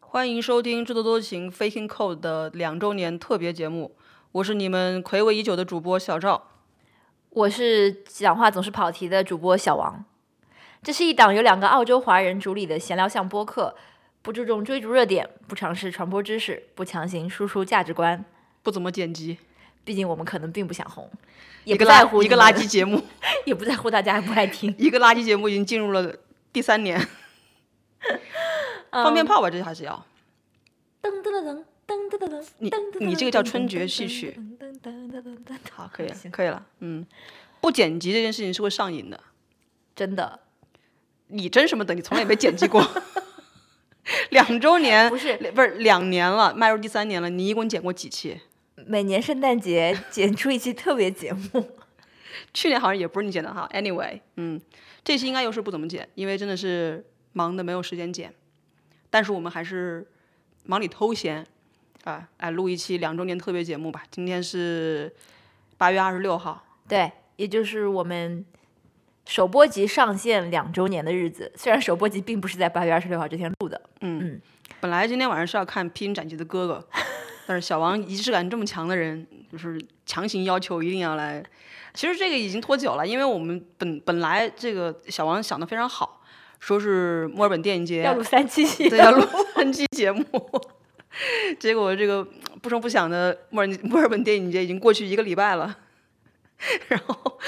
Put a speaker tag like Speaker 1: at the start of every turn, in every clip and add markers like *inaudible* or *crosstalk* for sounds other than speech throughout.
Speaker 1: 欢迎收听《智多多情 Faking Code》的两周年特别节目，我是你们暌违已久的主播小赵。
Speaker 2: 我是讲话总是跑题的主播小王。这是一档由两个澳洲华人主理的闲聊向播客，不注重追逐热点，不尝试传播知识，不强行输出价值观。
Speaker 1: 不怎么剪辑，
Speaker 2: 毕竟我们可能并不想红，也
Speaker 1: 一
Speaker 2: 不
Speaker 1: 个
Speaker 2: 在
Speaker 1: 垃
Speaker 2: 乎
Speaker 1: 一个
Speaker 2: 你们
Speaker 1: 垃圾，节目，
Speaker 2: 也不在乎大家爱不爱听。
Speaker 1: 一个垃圾节目已经进入了第三
Speaker 2: *laughs*
Speaker 1: 年。放鞭炮吧，这还是要。
Speaker 2: 嗯噔噔噔噔噔噔噔，
Speaker 1: 你
Speaker 2: 噔噔
Speaker 1: 你这个叫春节戏曲。
Speaker 2: 噔噔噔噔噔噔噔
Speaker 1: 好，可以了，
Speaker 2: *laughs* 行
Speaker 1: 可以了。嗯，不剪辑这件事情是会上瘾的。
Speaker 2: 真的
Speaker 1: 你真什么等？你从来也没剪辑过。 *laughs* 两周年
Speaker 2: 不是
Speaker 1: 不是两年了，迈入第三年了。你一共剪过几期？
Speaker 2: 每年圣诞节剪出一期特别节目，
Speaker 1: 去年好像也不是你剪的哈。Anyway，嗯，这期应该又是不怎么剪，因为真的是忙的没有时间剪。但是我们还是忙里偷闲啊，哎，录一期两周年特别节目吧。今天是八月二十六号，
Speaker 2: 对，也就是我们首播集上线两周年的日子。虽然首播集并不是在八月二十六号这天录的，
Speaker 1: 本来今天晚上是要看《披荆斩棘的哥 *laughs* 哥》，但是小王仪式感这么强的人，就是强行要求一定要来。其实这个已经拖久了，因为我们本本来这个小王想的非常好，说是墨尔本电影节
Speaker 2: 要录三期
Speaker 1: *laughs*
Speaker 2: 戏，
Speaker 1: 对，要录 *laughs* 三期节目。结果这个不声不响的墨尔墨尔本电影节已经过去一个礼拜了，然后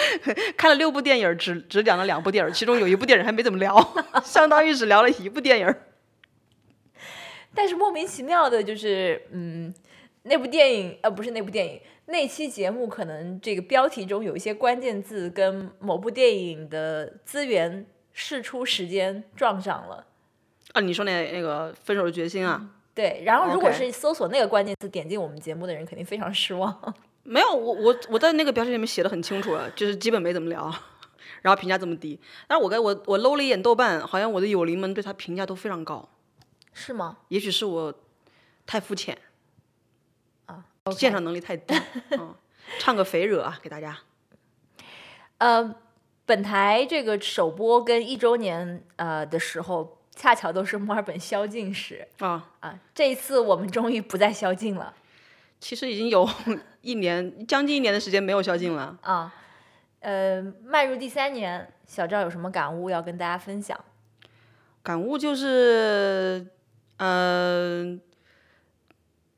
Speaker 1: 看了六部电影儿，只只讲了两部电影儿，其中有一部电影儿还没怎么聊， *laughs* 相当于只聊了一部电影儿。
Speaker 2: 但是莫名其妙的，就是嗯，那部电影呃，不是那部电影，那期节目可能这个标题中有一些关键字跟某部电影的资源释出时间撞上了。
Speaker 1: 啊，你说那那个分手的决心啊？
Speaker 2: 对，然后如果
Speaker 1: OK
Speaker 2: 是搜索那个关键字点进我们节目的人，肯定非常失望。
Speaker 1: 没有，我我我在那个标题里面写的很清楚了，就是基本没怎么聊， *laughs* 然后评价这么低。但是我跟我我搂了一眼豆瓣，好像我的友邻们对他评价都非常高，
Speaker 2: 是吗？
Speaker 1: 也许是我太肤浅，
Speaker 2: 啊，
Speaker 1: 鉴赏能力太低。嗯，唱个肥惹啊，给大家。
Speaker 2: 呃，本台这个首播跟一周年呃的时候，恰巧都是墨尔本宵禁时
Speaker 1: 啊，
Speaker 2: 啊。这一次我们终于不再宵禁了
Speaker 1: 其实已经有 *laughs* 一年，将近一年的时间没有宵禁了。
Speaker 2: 啊。呃，迈入第三年，小赵有什么感悟要跟大家分享？
Speaker 1: 感悟就是，嗯、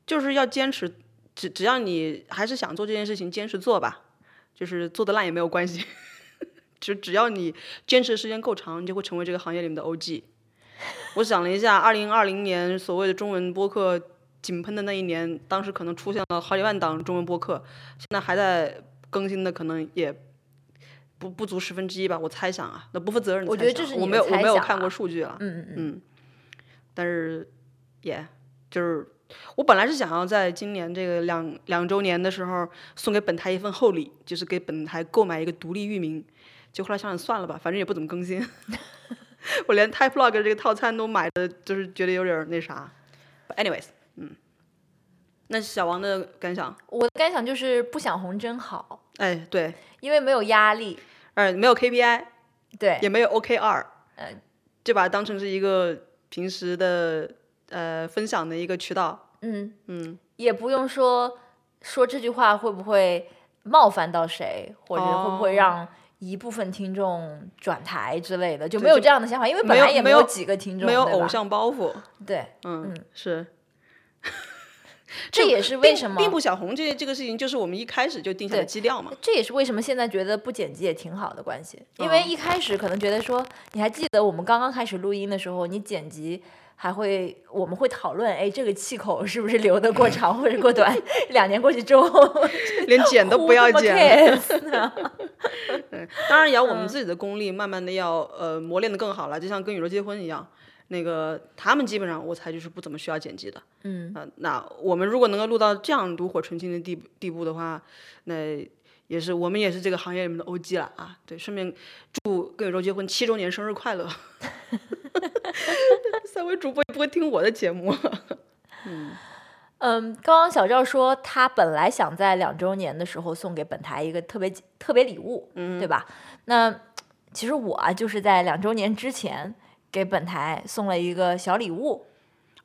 Speaker 1: 就是要坚持，只只要你还是想做这件事情，坚持做吧，就是做得烂也没有关系。只只要你坚持的时间够长，你就会成为这个行业里面的 OG。我想了一下，二零二零年所谓的中文播客井喷的那一年，当时可能出现了好几万档中文播客，现在还在更新的可能也不不足十分之一吧，我猜想啊，那不负责任的
Speaker 2: 我
Speaker 1: 猜
Speaker 2: 觉得
Speaker 1: 想
Speaker 2: 这是
Speaker 1: 我
Speaker 2: 你
Speaker 1: 没
Speaker 2: 的
Speaker 1: 有我
Speaker 2: 猜
Speaker 1: 没有
Speaker 2: 想
Speaker 1: 看过
Speaker 2: 啊
Speaker 1: 数据了，
Speaker 2: 嗯嗯嗯，
Speaker 1: 嗯，但是也、就是我本来是想要在今年这个两两周年的时候送给本台一份厚礼，就是给本台购买一个独立域名，就后来想想算了吧，反正也不怎么更新， *laughs* 我连 Typelog 这个套餐都买的，就是觉得有点儿那啥。But anyways，嗯，那小王的感想，
Speaker 2: 我的感想就是不想红真好，
Speaker 1: 哎，对，
Speaker 2: 因为没有压力。
Speaker 1: 哎，没有 KPI，
Speaker 2: 对，
Speaker 1: 也没有 OKR，
Speaker 2: 呃
Speaker 1: 就把它当成是一个平时的呃分享的一个渠道，
Speaker 2: 嗯，
Speaker 1: 嗯，
Speaker 2: 也不用说说这句话会不会冒犯到谁，或者会不
Speaker 1: 哦
Speaker 2: 会让一部分听众转台之类的，就
Speaker 1: 对
Speaker 2: 没有
Speaker 1: 就
Speaker 2: 这样的想法，因为
Speaker 1: 没
Speaker 2: 本
Speaker 1: 有
Speaker 2: 来也
Speaker 1: 没
Speaker 2: 有
Speaker 1: 有
Speaker 2: 几个听众，
Speaker 1: 没有
Speaker 2: 对吧
Speaker 1: 偶像包袱，
Speaker 2: 对，
Speaker 1: 嗯，是。
Speaker 2: 这也是为什么
Speaker 1: 并并不想红这这个事情，就是我们一开始就定下的
Speaker 2: 对
Speaker 1: 基调嘛。
Speaker 2: 这也是为什么现在觉得不剪辑也挺好的关系，因为
Speaker 1: 嗯
Speaker 2: 一开始可能觉得说，你还记得我们刚刚开始录音的时候，你剪辑还会我们会讨论，哎，这个气口是不是留得过长或者
Speaker 1: *laughs*
Speaker 2: 过短？两年过去之后，
Speaker 1: 连剪 *laughs* 都
Speaker 2: *laughs* who
Speaker 1: 不要
Speaker 2: the
Speaker 1: 剪。 *laughs*
Speaker 2: cares 呢
Speaker 1: 对，当然也要我们自己的功力，慢慢的要呃磨练的更好了，就像跟宇宙结婚一样。那个他们基本上我猜就是不怎么需要剪辑的，
Speaker 2: 嗯
Speaker 1: 啊、那我们如果能够录到这样炉火纯青的地步地步的话，那也是我们也是这个行业里面的 OG 了啊。对，顺便祝跟宇宙结婚七周年生日快 *laughs* 乐。三位主播也不会听我的节目，
Speaker 2: *laughs* 嗯，刚刚小赵说他本来想在两周年的时候送给本台一个特别特别礼物，
Speaker 1: 嗯
Speaker 2: 对吧？那其实我啊，就是在两周年之前给本台送了一个小礼物，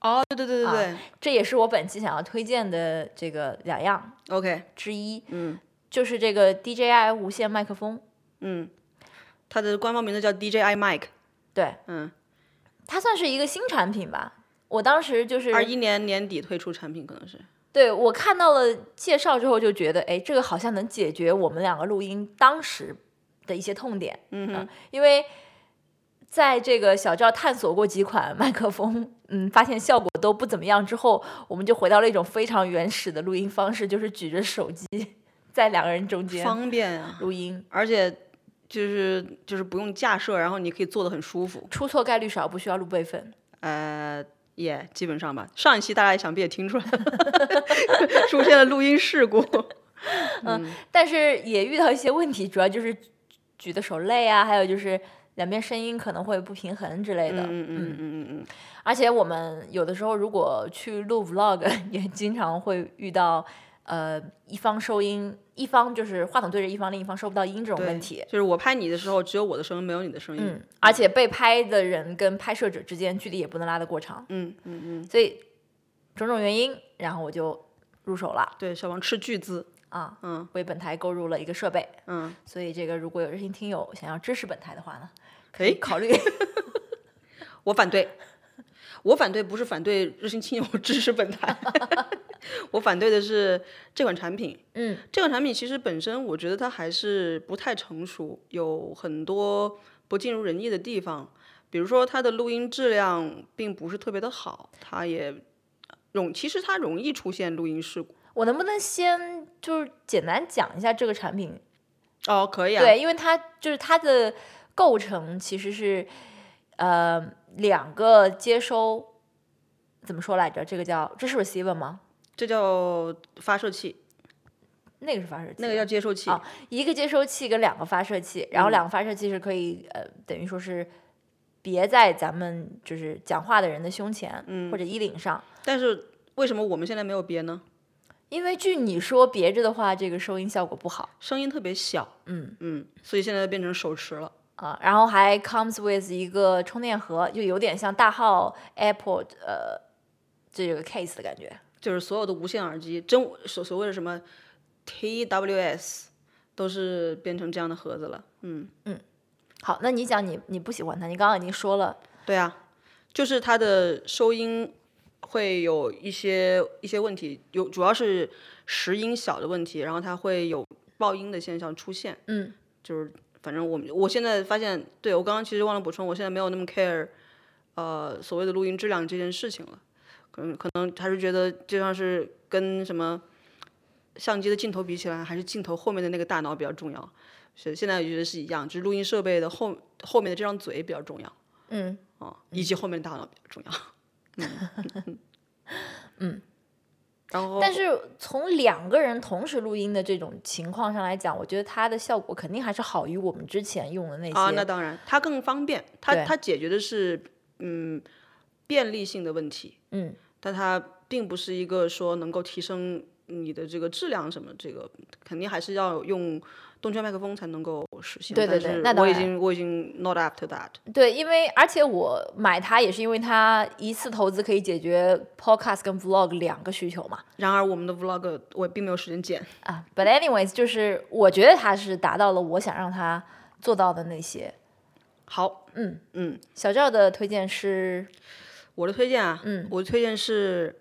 Speaker 1: 哦，对对对对对、
Speaker 2: 这也是我本期想要推荐的这个两样
Speaker 1: o k
Speaker 2: 之一，
Speaker 1: 嗯
Speaker 2: 就是这个 DJI 无线麦克风。
Speaker 1: 嗯，它的官方名字叫 DJI Mic，
Speaker 2: 对，
Speaker 1: 嗯，
Speaker 2: 它算是一个新产品吧。我当时就是
Speaker 1: 二一年年底推出产品可能是，
Speaker 2: 对我看到了介绍之后，就觉得哎，这个好像能解决我们两个录音当时的一些痛点。啊
Speaker 1: 嗯哼，
Speaker 2: 因为在这个小赵探索过几款麦克风，嗯，发现效果都不怎么样之后，我们就回到了一种非常原始的录音方式，就是举着手机在两个人中间
Speaker 1: 方便啊，
Speaker 2: 录音，
Speaker 1: 而且就是就是不用架设，然后你可以坐得很舒服，
Speaker 2: 出错概率少，不需要录备份。
Speaker 1: 呃，也、基本上吧。上一期大家想必也听出来了， *laughs* 出现了录音事故。
Speaker 2: 但是也遇到一些问题，主要就是举的手累啊，还有就是两边声音可能会不平衡之类的。
Speaker 1: 嗯嗯嗯嗯
Speaker 2: 而且我们有的时候如果去录 vlog，也 *laughs* 经常会遇到，呃，一方收音，一方就是话筒对着一方，另一方收不到音这种
Speaker 1: 嗯，
Speaker 2: 问
Speaker 1: 对
Speaker 2: 题。
Speaker 1: 就是我拍你的时候，只有我的声音，没有你的声音。
Speaker 2: 嗯，而且被拍的人跟拍摄者之间距离也不能拉得过长，
Speaker 1: 嗯嗯嗯，
Speaker 2: 所以种种原因，然后我就入手了
Speaker 1: 对，小王斥巨资。
Speaker 2: 啊，
Speaker 1: 嗯
Speaker 2: 为本台购入了一个设备。
Speaker 1: 嗯，
Speaker 2: 所以这个如果有热心听友想要支持本台的话呢，
Speaker 1: 可以，
Speaker 2: 考虑 *laughs*
Speaker 1: 我反对。我反对不是反对热心亲友支持本台， *laughs* 我反对的是这款产品。
Speaker 2: 嗯，
Speaker 1: 这款产品其实本身我觉得它还是不太成熟，有很多不尽如人意的地方。比如说它的录音质量并不是特别的好，它也容其实它容易出现录音事故。
Speaker 2: 我能不能先就是简单讲一下这个产品
Speaker 1: 哦，可以啊，
Speaker 2: 对，因为它就是它的构成其实是呃两个接收，怎么说来着？这个叫这是 receiver 吗？
Speaker 1: 这叫发射器，
Speaker 2: 那个是发射器，
Speaker 1: 那个嗯叫接收器。
Speaker 2: 啊一个接收器跟两个发射器，然后两个发射器是可以、呃等于说是别在咱们就是讲话的人的胸前、
Speaker 1: 嗯
Speaker 2: 或者衣领上。
Speaker 1: 但是为什么我们现在没有别呢？
Speaker 2: 因为据你说别着的话，这个收音效果不好
Speaker 1: 声音特别小，
Speaker 2: 嗯
Speaker 1: 嗯，所以现在变成手持了。
Speaker 2: 啊、然后还 comes with 一个充电盒，就有点像大号 AirPod 呃这个 case 的感觉。
Speaker 1: 就是所有的无线耳机，真所所谓的什么 TWS 都是变成这样的盒子了。嗯，
Speaker 2: 好，那你讲你你不喜欢它，你刚刚已经说了，
Speaker 1: 对啊，就是它的收音会有一些一些问题，有主要是时音小的问题，然后它会有爆音的现象出现。
Speaker 2: 嗯，
Speaker 1: 就是反正我们我现在发现，对我刚刚其实忘了补充，我现在没有那么 care 呃所谓的录音质量这件事情了，可能可能还是觉得就像是跟什么相机的镜头比起来，还是镜头后面的那个大脑比较重要。是现在我觉得是一样，就是录音设备的后后面的这张嘴比较重要
Speaker 2: 嗯，
Speaker 1: 啊，以及后面的大脑比较重要。嗯， *laughs* 嗯然后
Speaker 2: 嗯但是从两个人同时录音的这种情况上来讲，我觉得它的效果肯定还是好于我们之前用的哦那些。
Speaker 1: 啊，那当然，它更方便，它
Speaker 2: 对
Speaker 1: 它解决的是嗯便利性的问题，
Speaker 2: 嗯，
Speaker 1: 但它并不是一个说能够提升你的这个质量什么，这个肯定还是要用动圈麦克风才能够实现。
Speaker 2: 对对
Speaker 1: 但
Speaker 2: 对
Speaker 1: 是
Speaker 2: 那当
Speaker 1: 我已
Speaker 2: 然
Speaker 1: 经我已经 not up to that。
Speaker 2: 对，因为而且我买它也是因为它一次投资可以解决 podcast 跟 vlog 两个需求嘛。
Speaker 1: 然而我们的 vlog 我并没有时间剪，
Speaker 2: 啊，but anyways，就是我觉得它是达到了我想让它做到的那些。
Speaker 1: 好，
Speaker 2: 嗯，
Speaker 1: 嗯，
Speaker 2: 小赵的推荐是
Speaker 1: 我的推荐啊，
Speaker 2: 嗯
Speaker 1: 我的推荐是，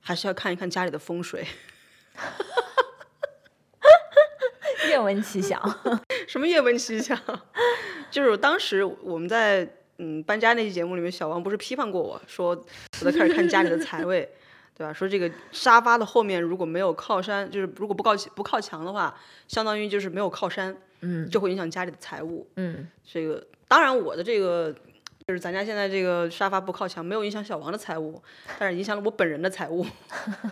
Speaker 1: 还是要看一看家里的风水。
Speaker 2: 愿闻其 *laughs* 详。
Speaker 1: 什么愿闻其详？ *laughs* 就是当时我们在嗯搬家那期节目里面，小王不是批判过我说我在开始看家里的财位， *laughs* 对吧？说这个沙发的后面如果没有靠山，就是如果不靠不靠墙的话，相当于就是没有靠山，
Speaker 2: 嗯，
Speaker 1: 就会影响家里的财务。
Speaker 2: 嗯，
Speaker 1: 这个当然我的这个。就是咱家现在这个沙发不靠墙，没有影响小王的财务，但是影响了我本人的财务。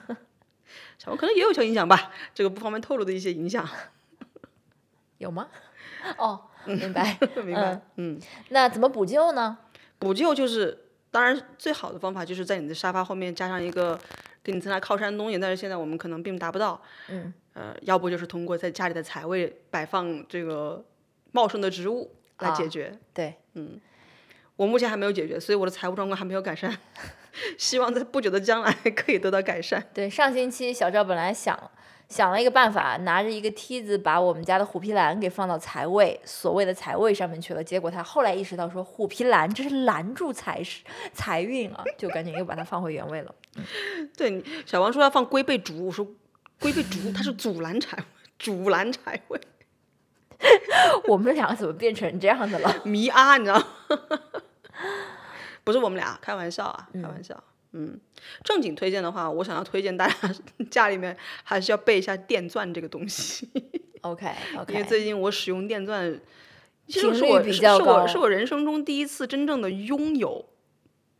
Speaker 1: *laughs* 小王可能也有些影响吧，这个不方便透露的一些影响，
Speaker 2: 有吗？哦， *laughs* 明白。
Speaker 1: 明白？嗯
Speaker 2: 那怎么补救呢？
Speaker 1: 补救就是，当然最好的方法就是在你的沙发后面加上一个给你增加靠山的东西，但是现在我们可能并达不到。
Speaker 2: 嗯，
Speaker 1: 呃，要不就是通过在家里的财位摆放这个茂盛的植物来解决。
Speaker 2: 啊
Speaker 1: 嗯
Speaker 2: 对，
Speaker 1: 我目前还没有解决，所以我的财务状况还没有改善。 *laughs* 希望在不久的将来可以得到改善。 *laughs*
Speaker 2: 对，上星期小赵本来想想了一个办法，拿着一个梯子把我们家的虎皮兰给放到财位，所谓的财位上面去了。结果他后来意识到说，虎皮兰这是拦住财势财运啊，就赶紧又把它放回原位了。 *laughs*
Speaker 1: 对，你小王说要放龟背竹，我说龟背竹它是阻拦财位， *laughs* 阻拦财位，
Speaker 2: 我们俩怎么变成这样的了？
Speaker 1: 迷啊，你知道吗？ *laughs* 不是我们俩，开玩笑啊，开玩笑。嗯正经推荐的话，我想要推荐大家家里面还是要备一下电钻这个东
Speaker 2: *laughs*
Speaker 1: 西，
Speaker 2: OK
Speaker 1: 因为
Speaker 2: OK，
Speaker 1: 最近我使用电钻，其实
Speaker 2: 频
Speaker 1: 是
Speaker 2: 率
Speaker 1: 我
Speaker 2: 比
Speaker 1: 是
Speaker 2: 较
Speaker 1: 是
Speaker 2: 高
Speaker 1: 我是我人生中第一次真正的拥有，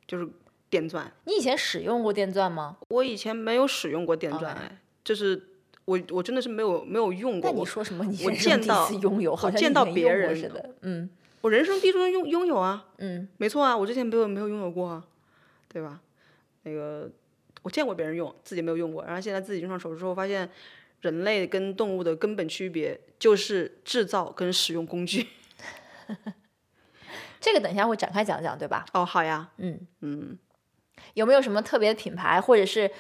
Speaker 1: 就是电钻。
Speaker 2: 你以前使用过电钻吗？
Speaker 1: 我以前没有使用过电钻，哎，就是我我真的是没有没有用过。
Speaker 2: 哦那你
Speaker 1: 我
Speaker 2: 说什么？你
Speaker 1: 我
Speaker 2: 人生
Speaker 1: 见
Speaker 2: 第一
Speaker 1: 到
Speaker 2: 次拥有，好
Speaker 1: 我
Speaker 2: 像
Speaker 1: 见
Speaker 2: 你
Speaker 1: 到
Speaker 2: 没
Speaker 1: 别
Speaker 2: 用过
Speaker 1: 人
Speaker 2: 似的。嗯
Speaker 1: 我人生第一次拥拥有啊，
Speaker 2: 嗯，
Speaker 1: 没错啊，我之前没有没有拥有过啊，对吧？那个我见过别人用，自己没有用过，然后现在自己用上手之后，发现人类跟动物的根本区别就是制造跟使用工具。 *laughs*
Speaker 2: 这个等一下会展开讲讲，对吧？
Speaker 1: 哦，好呀，
Speaker 2: 嗯，
Speaker 1: 嗯，
Speaker 2: 有没有什么特别的品牌，或者是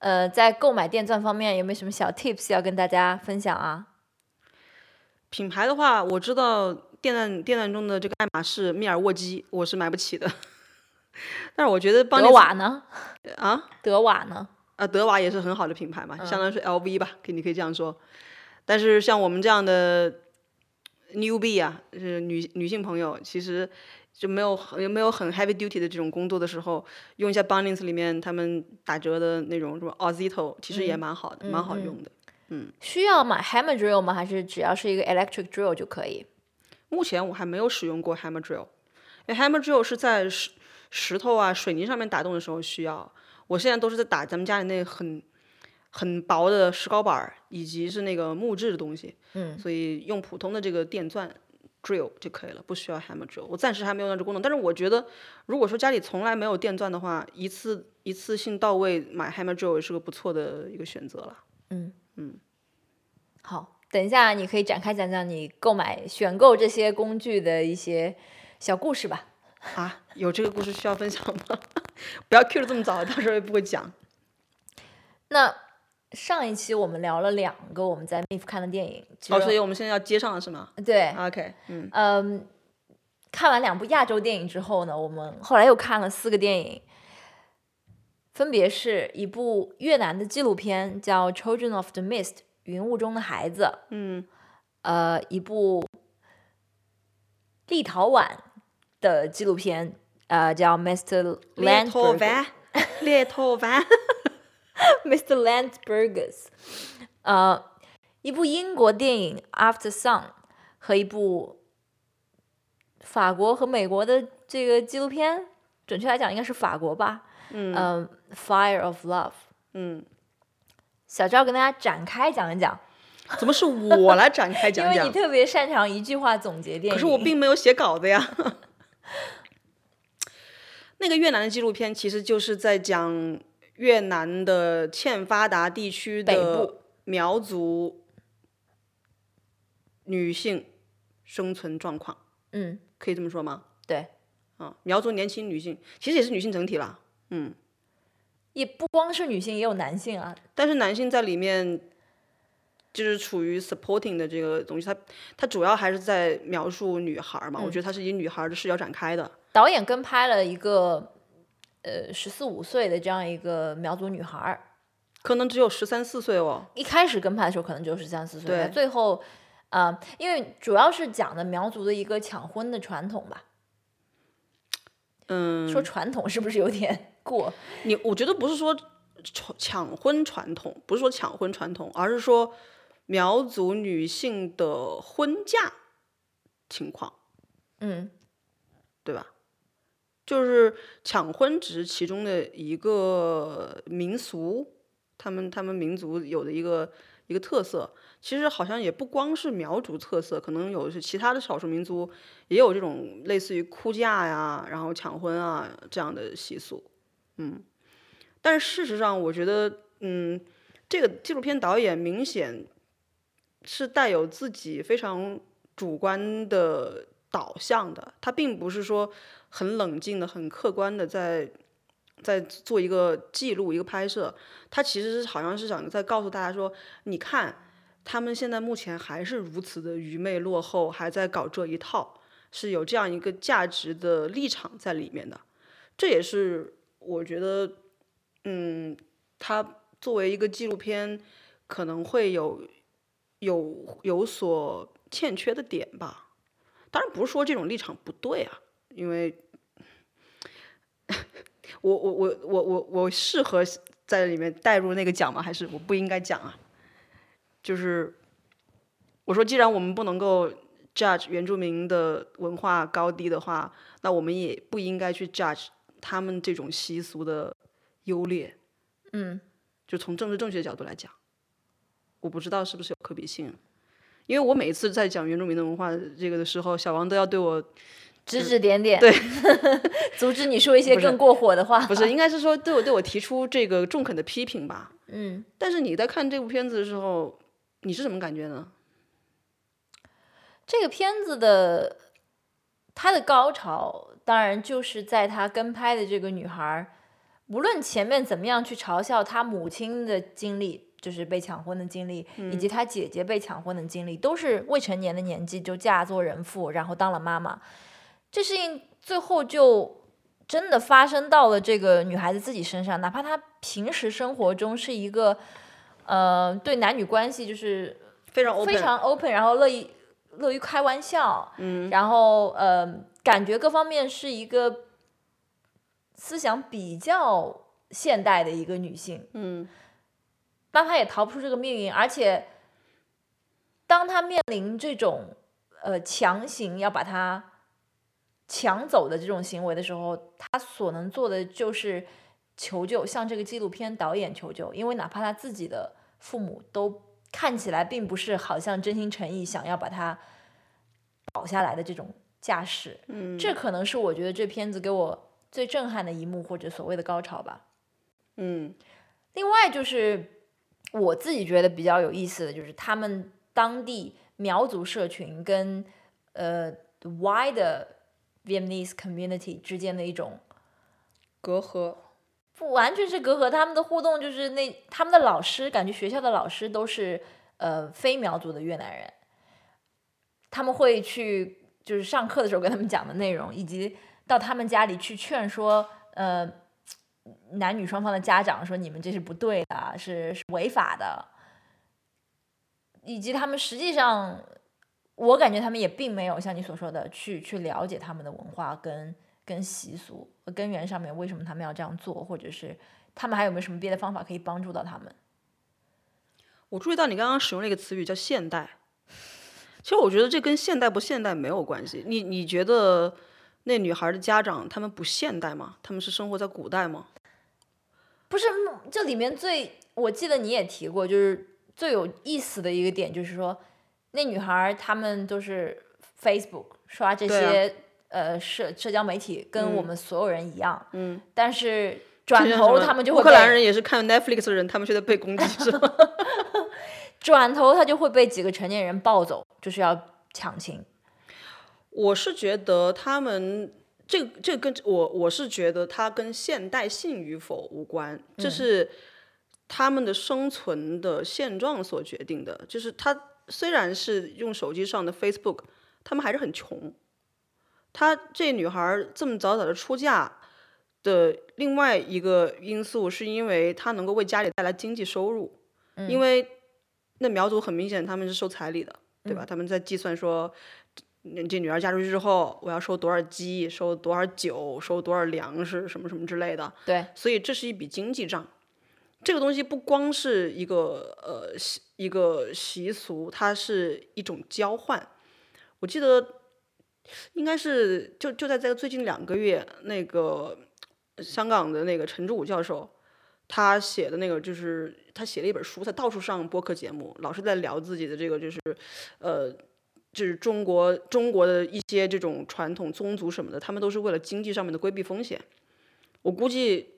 Speaker 2: 呃，在购买电钻方面有没有什么小 tips 要跟大家分享啊？
Speaker 1: 品牌的话，我知道电钻电钻中的这个爱马仕、密尔沃基，我是买不起的。 *laughs* 但是我觉得帮
Speaker 2: 德瓦呢？
Speaker 1: 啊，
Speaker 2: 德瓦呢？
Speaker 1: 啊，德瓦也是很好的品牌嘛，相当于是 LV 吧，可以你可以这样说。但是像我们这样的 newbie 啊，就是女女性朋友，其实就没有很没有很 heavy duty 的这种工作的时候，用一下 Bunnings 里面他们打折的那种什么 Ozito，其实也蛮好的，蛮好用的。
Speaker 2: 需要买 hammer drill 吗？还是只要是一个 electric drill 就可以？
Speaker 1: 目前我还没有使用过 Hammer Drill，因为 Hammer Drill 是在石石头啊、水泥上面打洞的时候需要，我现在都是在打咱们家里那很很薄的石膏板儿，以及是那个木质的东西，嗯，所以用普通的这个电钻 drill 就可以了，不需要 Hammer Drill。我暂时还没有用到这功能，但是我觉得如果说家里从来没有电钻的话，一次一次性到位买 Hammer Drill 也是个不错的一个选择了。
Speaker 2: 好，等一下你可以展开讲讲你购买、选购这些工具的一些小故事吧。
Speaker 1: 啊，有这个故事需要分享吗？ *laughs* 不要 cue 的这么早，到时候也不会讲。
Speaker 2: 那上一期我们聊了两个我们在 MIF 看的电影，只
Speaker 1: 哦，
Speaker 2: 有
Speaker 1: 所以我们现在要接上了是吗
Speaker 2: 对，
Speaker 1: ？OK，嗯，
Speaker 2: 嗯，看完两部亚洲电影之后呢，我们后来又看了四个电影，分别是一部越南的纪录片叫《Children of the Mist》云雾中的孩子，
Speaker 1: 嗯，
Speaker 2: 呃，一部立陶宛的纪录片，呃，叫 Mr.
Speaker 1: 猎头
Speaker 2: Landberg。
Speaker 1: 湾，
Speaker 2: *laughs*
Speaker 1: 猎头湾，
Speaker 2: Mr. Landbergers，呃，一部英国电影《After Sun》和一部法国和美国的这个纪录片，准确来讲应该是法国吧，嗯、Fire of Love》。
Speaker 1: *laughs* 嗯，
Speaker 2: 小赵跟大家展开讲一讲，
Speaker 1: 怎么是我来展开讲
Speaker 2: 因为
Speaker 1: 讲
Speaker 2: 你？特别擅长一句话总结电影。
Speaker 1: 可是我并没有写稿子呀。 *laughs* 那个越南的纪录片其实就是在讲越南的欠发达地区
Speaker 2: 北
Speaker 1: 的
Speaker 2: 部
Speaker 1: 苗族女性生存状况，
Speaker 2: 嗯，
Speaker 1: 可以这么说吗？
Speaker 2: 对，
Speaker 1: 啊，苗族年轻女性其实也是女性整体啦，嗯，
Speaker 2: 也不光是女性，也有男性啊。
Speaker 1: 但是男性在里面就是处于 supporting 的这个东西，他他主要还是在描述女孩儿嘛，我觉得他是以女孩儿的视角展开的。
Speaker 2: 导演跟拍了一个呃十四五岁的这样一个苗族女孩儿。
Speaker 1: 可能只有十三四岁哦，
Speaker 2: 一开始跟拍的时候可能就是三四岁，
Speaker 1: 对
Speaker 2: 但最后，呃，因为主要是讲的苗族的一个抢婚的传统吧。
Speaker 1: 嗯，
Speaker 2: 说传统是不是有点过？
Speaker 1: 你我觉得不是说传抢婚传统，不是说抢婚传统，而是说苗族女性的婚嫁情况，
Speaker 2: 嗯，
Speaker 1: 对吧？就是抢婚只是其中的一个民俗，他们他们民族有的一个一个特色。其实好像也不光是苗族特色，可能有是其他的少数民族也有这种类似于哭嫁呀，然后抢婚啊这样的习俗。嗯，但是事实上，我觉得，嗯，这个纪录片导演明显是带有自己非常主观的导向的，他并不是说很冷静的、很客观的在在做一个记录，一个拍摄。他其实是好像是想在告诉大家说，你看他们现在目前还是如此的愚昧落后，还在搞这一套，是有这样一个价值的立场在里面的。这也是我觉得，嗯，他作为一个纪录片，可能会有有有所欠缺的点吧。当然不是说这种立场不对啊，因为我我我我我我适合在里面带入那个讲吗？还是我不应该讲啊？就是我说，既然我们不能够 judge 原住民的文化高低的话，那我们也不应该去 judge 他们这种习俗的优劣。
Speaker 2: 嗯，
Speaker 1: 就从政治正确的角度来讲，我不知道是不是有可比性，因为我每次在讲原住民的文化这个的时候，小王都要对我
Speaker 2: 指指点点，对， *laughs* 阻止你说一些更过火的话。
Speaker 1: 不是，应该是说对我对我提出这个中肯的批评吧。
Speaker 2: 嗯，
Speaker 1: 但是你在看这部片子的时候，你是什么感觉呢？
Speaker 2: 这个片子的它的高潮，当然就是在他跟拍的这个女孩儿，无论前面怎么样去嘲笑她母亲的经历，就是被抢婚的经历，以及她姐姐被抢婚的经历，都是未成年的年纪就嫁做人妇，然后当了妈妈，这事情最后就。真的发生到了这个女孩子自己身上，哪怕她平时生活中是一个，呃，对男女关系就是
Speaker 1: 非常 open，
Speaker 2: 非常 open，然后乐意乐于开玩笑，嗯，然后呃，感觉各方面是一个思想比较现代的一个女性，
Speaker 1: 嗯
Speaker 2: 那她也逃不出这个命运，而且当她面临这种呃强行要把她抢走的这种行为的时候，她所能做的就是求救，向这个纪录片导演求救，因为哪怕她自己的父母都看起来并不是好像真心诚意想要把她保下来的这种架势，
Speaker 1: 嗯
Speaker 2: 这可能是我觉得这片子给我最震撼的一幕或者所谓的高潮吧。
Speaker 1: 嗯
Speaker 2: 另外就是我自己觉得比较有意思的就是他们当地苗族社群跟呃 Y 的 Vietnamese community 之间的一种
Speaker 1: 隔阂，
Speaker 2: 不完全是隔阂，他们的互动就是那他们的老师，感觉学校的老师都是呃非苗族的越南人，他们会去就是上课的时候跟他们讲的内容，以及到他们家里去劝说呃男女双方的家长说你们这是不对的，是是违法的，以及他们实际上。我感觉他们也并没有像你所说的去去了解他们的文化跟跟习俗和根源上面，为什么他们要这样做，或者是他们还有没有什么别的方法可以帮助到他们？
Speaker 1: 我注意到你刚刚使用了一个词语叫现代，其实我觉得这跟现代不现代没有关系。你你觉得那女孩的家长他们不现代吗？他们是生活在古代吗？
Speaker 2: 不是嗯这里面最，我记得你也提过，就是最有意思的一个点，就是说那女孩儿她们都是 Facebook 刷这
Speaker 1: 对啊
Speaker 2: 些、呃社社交媒体，跟我们所有人一样，
Speaker 1: 嗯，
Speaker 2: 但是转
Speaker 1: 就像什
Speaker 2: 头
Speaker 1: 么
Speaker 2: 他们就
Speaker 1: 乌
Speaker 2: 会
Speaker 1: 克兰
Speaker 2: 被
Speaker 1: 人也是看 Netflix 的人，他们却在被攻击，是吗？
Speaker 2: 转头他就会被几个成年人抱走，就是要抢亲。
Speaker 1: 我是觉得他们这个这个跟我我是觉得它跟现代性与否无关，这是他们的生存的现状所决定的。就是他虽然是用手机上的 Facebook，他们还是很穷。她这女孩儿这么早早的出嫁的另外一个因素，是因为她能够为家里带来经济收入，因为那苗族很明显他们是收彩礼的，对吧？他们在计算说，这这女儿嫁出去之后，我要收多少鸡，收多少酒，收多少粮食，什么什么之类的。
Speaker 2: 对，
Speaker 1: 所以这是一笔经济账。这个东西不光是一个呃习一个习俗，它是一种交换。我记得应该是就就在这个最近两个月，那个香港的那个陈志武教授，他写的那个就是他写了一本书，他到处上播客节目，老是在聊自己的这个就是呃。就是中国中国的一些这种传统宗族什么的，他们都是为了经济上面的规避风险。我估计，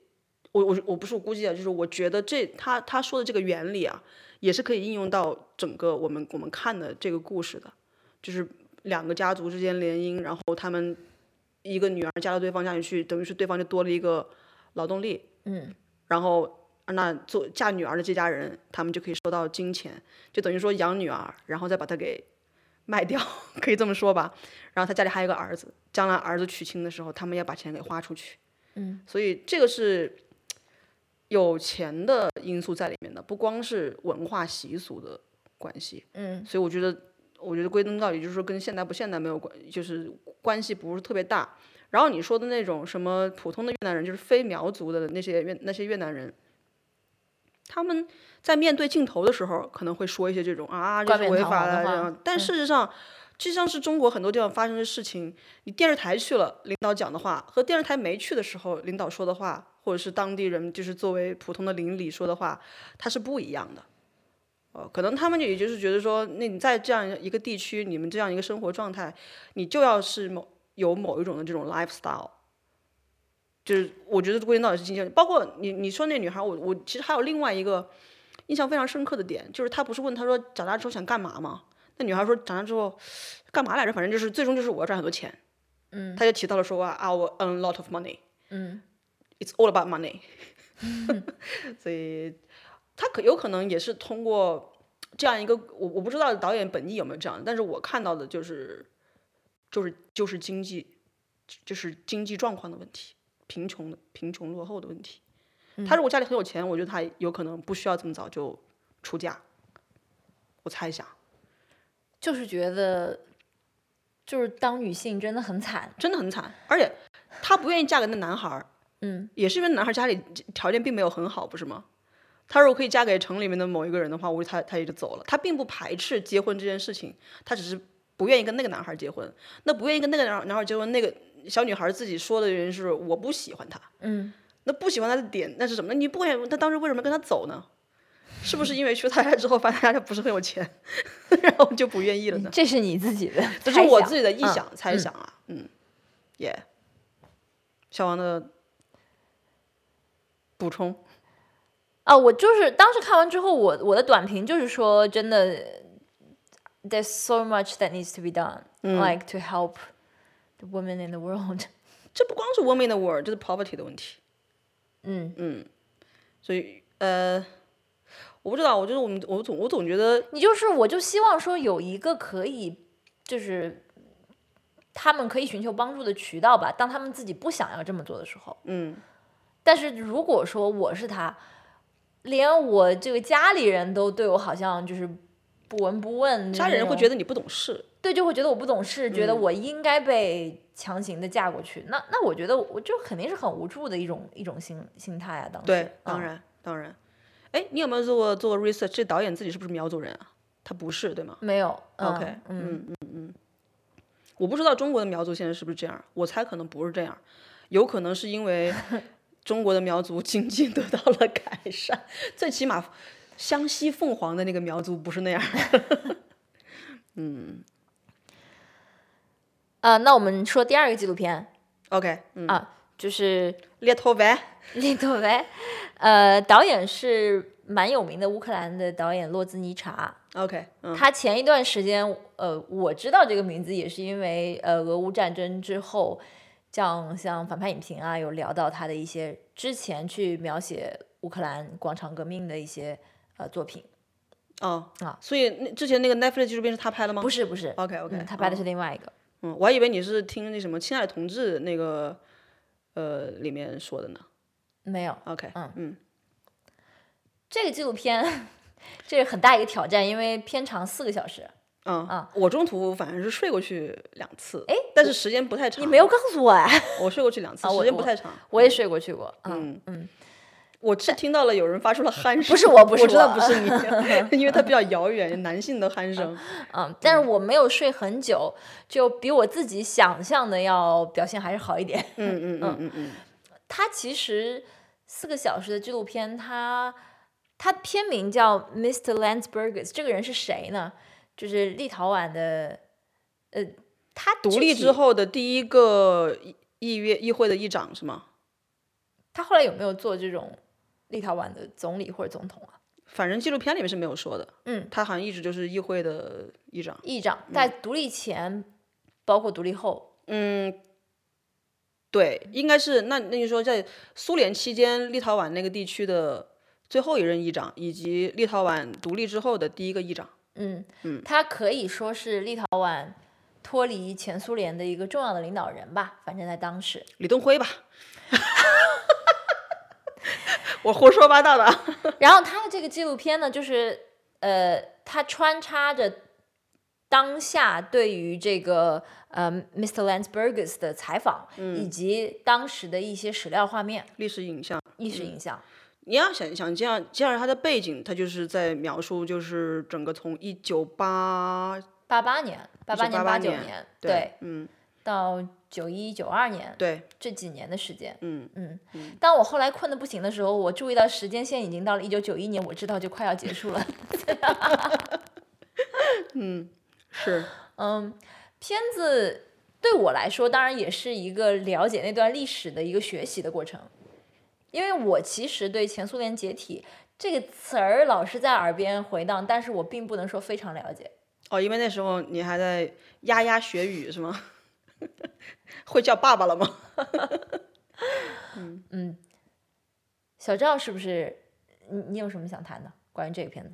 Speaker 1: 我我我不是我估计啊，就是我觉得这他他说的这个原理啊，也是可以应用到整个我们我们看的这个故事的，就是两个家族之间联姻，然后他们一个女儿嫁到对方家里去，等于是对方就多了一个劳动力，
Speaker 2: 嗯，
Speaker 1: 然后那做嫁女儿的这家人，他们就可以收到金钱，就等于说养女儿，然后再把她给卖掉， *laughs* 可以这么说吧。然后他家里还有一个儿子，将来儿子娶亲的时候，他们要把钱给花出去。
Speaker 2: 嗯，
Speaker 1: 所以这个是有钱的因素在里面的，不光是文化习俗的关系。
Speaker 2: 嗯，
Speaker 1: 所以我觉得，我觉得归根到底就是说跟现代不现代没有关，就是关系不是特别大。然后你说的那种什么普通的越南人，就是非苗族的那些越那些越南人，他们在面对镜头的时候，可能会说一些这种啊，这
Speaker 2: 冠
Speaker 1: 是
Speaker 2: 冕
Speaker 1: 违
Speaker 2: 堂
Speaker 1: 法
Speaker 2: 皇的
Speaker 1: 的这
Speaker 2: 话嗯
Speaker 1: 样。但事实上，就像是中国很多地方发生的事情，你电视台去了，领导讲的话和电视台没去的时候领导说的话，或者是当地人就是作为普通的邻里说的话，它是不一样的。呃，可能他们也就是觉得说，那你在这样一个地区，你们这样一个生活状态，你就要是某有某一种的这种 lifestyle，就是我觉得归根到底是金钱。包括你你说那女孩，我我其实还有另外一个印象非常深刻的点，就是她不是问她说长大之后想干嘛吗？那女孩说长大之后干嘛来着？反正就是最终就是我要赚很多钱。
Speaker 2: 嗯，
Speaker 1: 她就提到了说啊，I will earn a lot of money。
Speaker 2: 嗯
Speaker 1: It's all about
Speaker 2: *laughs*
Speaker 1: money 。所以他可有可能也是通过这样一个，我我不知道导演本意有没有这样，但是我看到的就是就是就是经济就是经济状况的问题，贫穷的贫穷落后的问题。他如果家里很有钱，我觉得他有可能不需要这么早就出嫁，我猜啊想。
Speaker 2: 就是觉得，就是当女性真的很惨。
Speaker 1: 真的很惨。而且她不愿意嫁给那男孩儿，
Speaker 2: 嗯，
Speaker 1: 也是因为男孩儿家里条件并没有很好，不是吗？她如果可以嫁给城里面的某一个人的话，我她她也就走了。她并不排斥结婚这件事情，她只是不愿意跟那个男孩儿结婚。那不愿意跟那个男男孩儿结婚，那个小女孩儿自己说的原因是我不喜欢他。
Speaker 2: 嗯，
Speaker 1: 那不喜欢他的点那是什么？你不愿意，他当时为什么跟他走呢？是不是因为去他家之后发现他家不是很有钱， *laughs* 然后就不愿意了呢？
Speaker 2: 这是你自己的
Speaker 1: 这
Speaker 2: 猜想，
Speaker 1: 是我自己的臆
Speaker 2: 嗯
Speaker 1: 想、猜想啊，嗯，也、小王的补充，
Speaker 2: 啊，我就是当时看完之后，我我的短评就是说，真的，there's so much that needs to be done,
Speaker 1: 嗯
Speaker 2: like to help the women in the world *laughs*
Speaker 1: 这不光是 woman in the world，这是 poverty 的问题。
Speaker 2: 嗯
Speaker 1: 嗯，所以呃，我不知道，我觉得我们我总我总觉得
Speaker 2: 你就是，我就希望说有一个可以，就是他们可以寻求帮助的渠道吧。当他们自己不想要这么做的时候，
Speaker 1: 嗯。
Speaker 2: 但是如果说我是他，连我这个家里人都对我好像就是不闻不问，
Speaker 1: 家里人会觉
Speaker 2: 得
Speaker 1: 得你不懂事，
Speaker 2: 对，就会觉得我不懂事，觉得
Speaker 1: 嗯
Speaker 2: 我应该被强行的嫁过去。那那我觉得我就肯定是很无助的一种一种心心态啊。当时
Speaker 1: 对，当
Speaker 2: 嗯
Speaker 1: 然当然。哎，你有没有做过做过 research？这导演自己是不是苗族人啊？他不是，对吗？
Speaker 2: 没有
Speaker 1: OK，
Speaker 2: 嗯
Speaker 1: 嗯嗯嗯，我不知道中国的苗族现在是不是这样，我猜可能不是这样，有可能是因
Speaker 2: *laughs*
Speaker 1: 为中国的苗族经济得到了改善，最起码湘西凤凰的那个苗族不是那样。
Speaker 2: 啊、那我们说第二个纪录片
Speaker 1: OK，嗯，
Speaker 2: 啊，
Speaker 1: *laughs*
Speaker 2: 就是
Speaker 1: 猎头白，
Speaker 2: 利托维，呃，导演是蛮有名的乌克兰的导演洛兹尼察。
Speaker 1: OK，嗯
Speaker 2: 他前一段时间，呃，我知道这个名字也是因为呃，俄乌战争之后，像像反派影评啊，有聊到他的一些之前去描写乌克兰广场革命的一些呃作品。
Speaker 1: 哦
Speaker 2: 啊
Speaker 1: 所以那之前那个 Netflix 纪录片是他拍的吗？
Speaker 2: 不是不是，
Speaker 1: OK OK，、
Speaker 2: 嗯，他拍的
Speaker 1: 哦
Speaker 2: 是另外一个。
Speaker 1: 嗯，我还以为你是听那什么《亲爱的同志》那个呃里面说的呢。
Speaker 2: 没有
Speaker 1: OK，
Speaker 2: 嗯
Speaker 1: 嗯
Speaker 2: 这个纪录片， *laughs* 这是很大一个挑战，因为片长四个小时。
Speaker 1: 嗯
Speaker 2: 啊
Speaker 1: 我中途反正是睡过去两次，哎，但是时间不太长。
Speaker 2: 你没有告诉我哎、
Speaker 1: 我睡过去两次，
Speaker 2: 啊我
Speaker 1: 时间不太长。
Speaker 2: 我也睡过去过。嗯
Speaker 1: 嗯
Speaker 2: 嗯，
Speaker 1: 我是听到了有人发出了鼾声，
Speaker 2: 不是我不是
Speaker 1: 我知道
Speaker 2: 我
Speaker 1: 不是
Speaker 2: *laughs*
Speaker 1: 你，因为它比较遥远，男性的鼾声。
Speaker 2: 嗯，但是我没有睡很久，就比我自己想象的要表现还是好一点。
Speaker 1: 嗯嗯嗯嗯嗯，
Speaker 2: 它其实四个小时的纪录片，它它片名叫 Mr. Landsbergis，这个人是谁呢？就是立陶宛的，呃，他
Speaker 1: 独
Speaker 2: 具
Speaker 1: 立
Speaker 2: 体
Speaker 1: 之，后的第一个议议约议会的议长是吗？
Speaker 2: 他后来有没有做这种立陶宛的总理或者总统啊？
Speaker 1: 反正纪录片里面是没有说的。
Speaker 2: 嗯，
Speaker 1: 他好像一直就是议会的议长。
Speaker 2: 议长在独立前，包括独立后，
Speaker 1: 嗯，对，应该是那那你说在苏联期间，立陶宛那个地区的最后一任议长，以及立陶宛独立之后的第一个议长。
Speaker 2: 嗯嗯，他可以说是立陶宛脱离前苏联的一个重要的领导人吧，反正在当时。
Speaker 1: 李登辉吧。我胡说八道的啊。
Speaker 2: 然后他的这个纪录片呢，就是呃，他穿插着当下对于这个呃 Mr. Landsbergis 的采访，以及当时的一些史料画面、
Speaker 1: 历史影像，
Speaker 2: 历史影像。
Speaker 1: 你要想想这样，这样它的背景，它就是在描述，就是整个从一九八
Speaker 2: 八八年、八八年、
Speaker 1: 88
Speaker 2: 九
Speaker 1: 年
Speaker 2: 年，
Speaker 1: 对
Speaker 2: 对，
Speaker 1: 嗯
Speaker 2: 到九一九二年
Speaker 1: 对
Speaker 2: 这几年的时间。
Speaker 1: 嗯
Speaker 2: 嗯，当我后来困得不行的时候，我注意到时间线已经到了一九九一年，我知道就快要结束了。
Speaker 1: 是
Speaker 2: 嗯，片子对我来说，当然也是一个了解那段历史的一个学习的过程，因为我其实对前苏联解体这个词儿老是在耳边回荡，但是我并不能说非常了解。
Speaker 1: 哦，因为那时候你还在牙牙学语是吗？ *laughs* 会叫爸爸了吗？
Speaker 2: 嗯，小赵是不是你你有什么想谈的关于这个片子？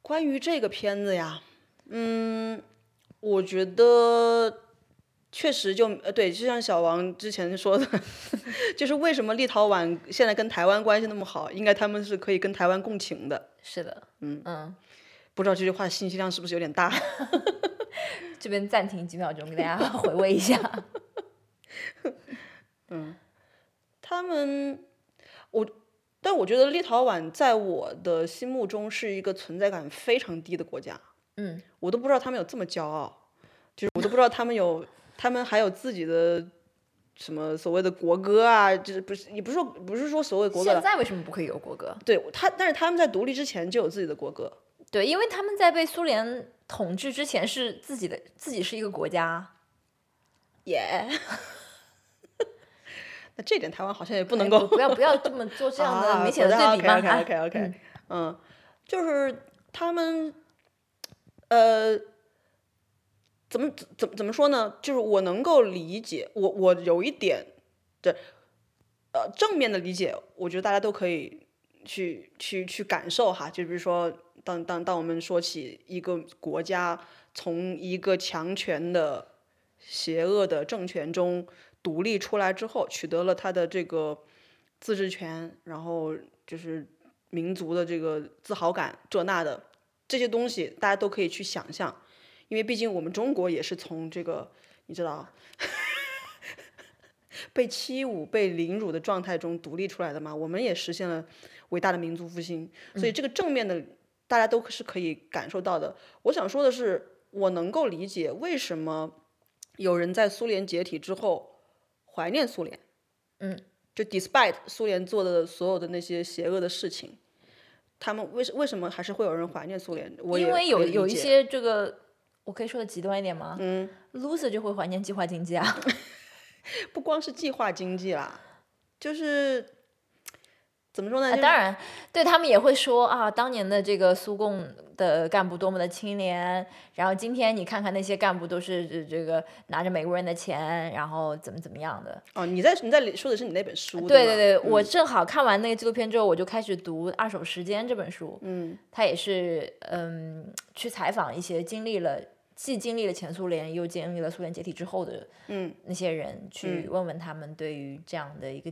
Speaker 1: 关于这个片子呀，嗯，我觉得确实就呃对，就像小王之前说的， *laughs* 就是为什么立陶宛现在跟台湾关系那么好，应该他们是可以跟台湾共情的。
Speaker 2: 是的，嗯嗯，
Speaker 1: 不知道这句话信息量是不是有点大？
Speaker 2: 这边暂停几秒钟，给大 *laughs* 家回味一下。
Speaker 1: 他们，我，但我觉得立陶宛在我的心目中是一个存在感非常低的国家，
Speaker 2: 嗯，
Speaker 1: 我都不知道他们有这么骄傲，就是我都不知道他们有，他们还有自己的什么所谓的国歌啊，就是不是也不是说不是说所谓国歌
Speaker 2: 现
Speaker 1: 了，
Speaker 2: 在为什么不可以有国歌？
Speaker 1: 对他，但是他们在独立之前就有自己的国歌，
Speaker 2: 对，因为他们在被苏联统治之前是自己的，自己是一个国家。
Speaker 1: 耶、那这点台湾好像也不能
Speaker 2: 哎
Speaker 1: 够
Speaker 2: 不要不要这么
Speaker 1: *laughs*
Speaker 2: 做这样的
Speaker 1: 啊
Speaker 2: 明显的对比嘛。
Speaker 1: OK
Speaker 2: 啊
Speaker 1: OK OK OK，嗯，就是他们，呃，怎么怎么怎么说呢？就是我能够理解，我我有一点对，呃，正面的理解，我觉得大家都可以去去去感受哈。就比如说，当当当我们说起一个国家从一个强权的邪恶的政权中独立出来之后，取得了它的这个自治权，然后就是民族的这个自豪感，这那的这些东西，大家都可以去想象，因为毕竟我们中国也是从这个你知道被欺侮、被凌辱的状态中独立出来的嘛，我们也实现了伟大的民族复兴，所
Speaker 2: 嗯
Speaker 1: 以这个正面的大家都是可以感受到的。我想说的是，我能够理解为什么有人在苏联解体之后怀念苏联。
Speaker 2: 嗯
Speaker 1: 就 despite 苏联做的所有的那些邪恶的事情，他们为什为什么还是会有人怀念苏联？我也
Speaker 2: 因为有
Speaker 1: 可以理
Speaker 2: 有一
Speaker 1: 解
Speaker 2: 些这个，我可以说的极端一点吗？嗯，loser 就会怀念计划经济啊。
Speaker 1: 不光是计划经济啦，就是怎么说呢？
Speaker 2: 啊 *laughs*
Speaker 1: 就是
Speaker 2: 当然，对他们也会说啊，当年的这个苏共的干部多么的清廉，然后今天你看看那些干部都是这这个拿着美国人的钱，然后怎么怎么样的。
Speaker 1: 哦，你在你在说的是你那本书嗯
Speaker 2: 对嗯
Speaker 1: 吗
Speaker 2: 对对，我正好看完那个纪录片之后，我就开始读《二手时间》这本书。嗯，他也是嗯，去采访一些经历了既经历了前苏联，又经历了苏联解体之后的
Speaker 1: 嗯
Speaker 2: 那些人，去问问他们对于这样的一个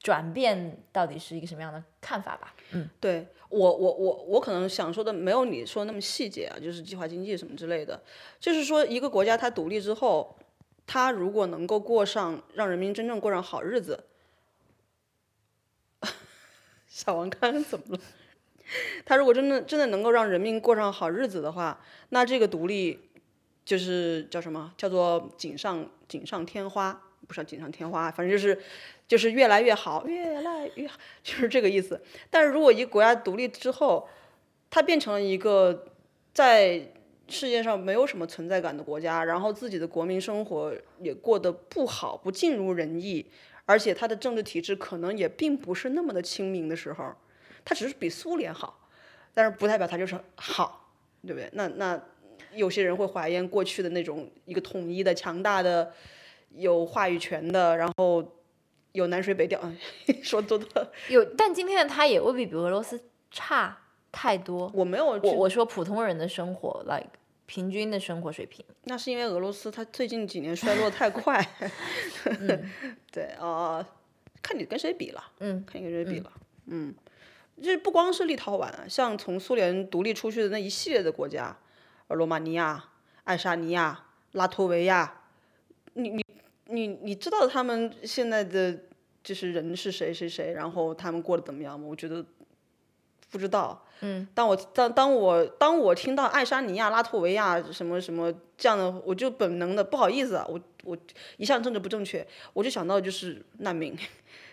Speaker 2: 转变到底是一个什么样的看法吧。嗯
Speaker 1: 对我我我我可能想说的没有你说的那么细节啊，就是计划经济什么之类的，就是说一个国家它独立之后，它如果能够过上让人民真正过上好日子， *laughs* 小王刚刚怎么了？ *laughs* 他如果真的真的能够让人民过上好日子的话，那这个独立就是叫什么？叫做锦上锦上添花，不是锦上添花，啊反正就是就是越来越好，越来越好， *laughs* 就是这个意思。但是如果一个国家独立之后，它变成了一个在世界上没有什么存在感的国家，然后自己的国民生活也过得不好，不尽如人意，而且它的政治体制可能也并不是那么的亲民的时候，它只是比苏联好，但是不代表它就是好，对不对？那那有些人会怀念过去的那种一个统一的、强大的。有话语权的，然后有南水北调， *laughs* 说多多了，
Speaker 2: 有，但今天的他也未必比俄罗斯差太多。
Speaker 1: 我没有去
Speaker 2: 我，我说普通人的生活，like 平均的生活水平，
Speaker 1: 那是因为俄罗斯它最近几年衰落太快， *laughs* 对啊、呃看你跟谁比了，
Speaker 2: 嗯，
Speaker 1: 看你跟谁比了，嗯，这不光是立陶宛啊，像从苏联独立出去的那一系列的国家，呃罗马尼亚、爱沙尼亚、拉脱维亚，你你你你知道他们现在的就是人是谁谁谁，然后他们过得怎么样吗？我觉得不知道。嗯，当我当当我当我听到爱沙尼亚、拉脱维亚什么什么这样的，我就本能的不好意思啊，我我一向政治不正确，我就想到就是难民，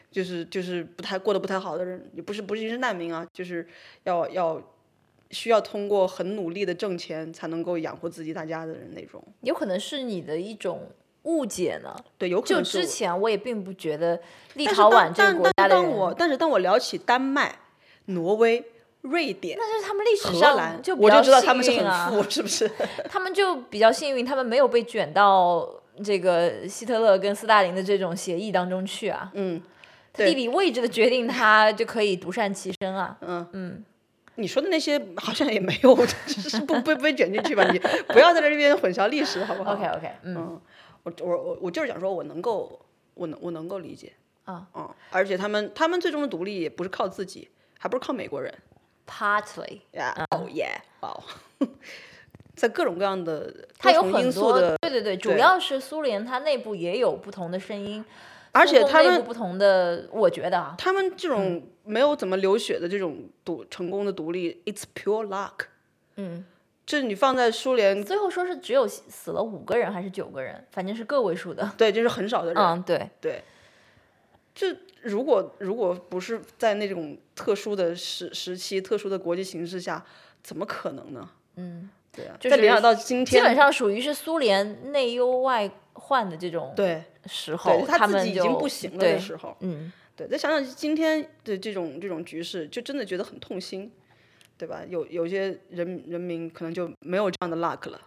Speaker 1: 就是就是不太过得不太好的人，也不是不仅是难民啊，就是要要需要通过很努力的挣钱才能够养活自己大家的人那种。
Speaker 2: 有可能是你的一种误解呢。
Speaker 1: 对，有可
Speaker 2: 就
Speaker 1: 能是
Speaker 2: 之前我也并不觉得立
Speaker 1: 但是
Speaker 2: 陶
Speaker 1: 当
Speaker 2: 宛这个
Speaker 1: 但
Speaker 2: 国家
Speaker 1: 但
Speaker 2: 的
Speaker 1: 当
Speaker 2: 人，
Speaker 1: 我但是当我聊起丹麦、挪威、瑞典、
Speaker 2: 但是他们历史
Speaker 1: 荷
Speaker 2: 上
Speaker 1: 兰，
Speaker 2: 就比
Speaker 1: 我
Speaker 2: 较
Speaker 1: 就知道他们是
Speaker 2: 幸运啊
Speaker 1: 很富，是不是？
Speaker 2: 他们就比较幸运，他们没有被卷到这个希特勒跟斯大林的这种协议当中去啊。
Speaker 1: 嗯，对嗯
Speaker 2: 地理位置的决定，他就可以独善其身啊。
Speaker 1: 你说的那些好像也没有， *laughs* 只是不不被卷进去吧？你不要在这边混淆历史，好不好
Speaker 2: OK OK，嗯，
Speaker 1: 嗯，我我我我就是想说，我能够，我能我能够理解
Speaker 2: 啊，
Speaker 1: 嗯，而且他们他们最终的独立也不是靠自己，还不是靠美国人
Speaker 2: partly，
Speaker 1: 呀，
Speaker 2: 嗯
Speaker 1: 哦耶，哇哦，在各种各样的
Speaker 2: 它
Speaker 1: 多
Speaker 2: 有
Speaker 1: 重
Speaker 2: 很
Speaker 1: 因素
Speaker 2: 多
Speaker 1: 的，
Speaker 2: 对对对，主
Speaker 1: 对
Speaker 2: 要是苏联它内部也有不同的声音，
Speaker 1: 而
Speaker 2: 苏
Speaker 1: 且
Speaker 2: 共
Speaker 1: 他
Speaker 2: 内
Speaker 1: 们
Speaker 2: 部不同的，我觉得啊，
Speaker 1: 他们这种没有怎么流血的这种独成功的独立，it's pure luck。
Speaker 2: 嗯，
Speaker 1: 这你放在苏联，
Speaker 2: 最后说是只有死了五个人还是九个人，反正是个位数的。
Speaker 1: 对，就是很少的人。
Speaker 2: 嗯，对，
Speaker 1: 对，这如果如果不是在那种特殊的时时期、特殊的国际形势下，怎么可能呢？
Speaker 2: 嗯，
Speaker 1: 对啊，
Speaker 2: 就
Speaker 1: 再联
Speaker 2: 是
Speaker 1: 想到今
Speaker 2: 基本
Speaker 1: 天，
Speaker 2: 上属于是苏联内忧外患的这种
Speaker 1: 对
Speaker 2: 时
Speaker 1: 对，
Speaker 2: 候，
Speaker 1: 他自
Speaker 2: 们
Speaker 1: 己已
Speaker 2: 就
Speaker 1: 经不行了
Speaker 2: 对
Speaker 1: 的，时候，
Speaker 2: 嗯，
Speaker 1: 对，再想想今天的这种这种局势，就真的觉得很痛心，对吧？有有些人人民可能就没有这样的 luck
Speaker 2: *laughs*
Speaker 1: 了。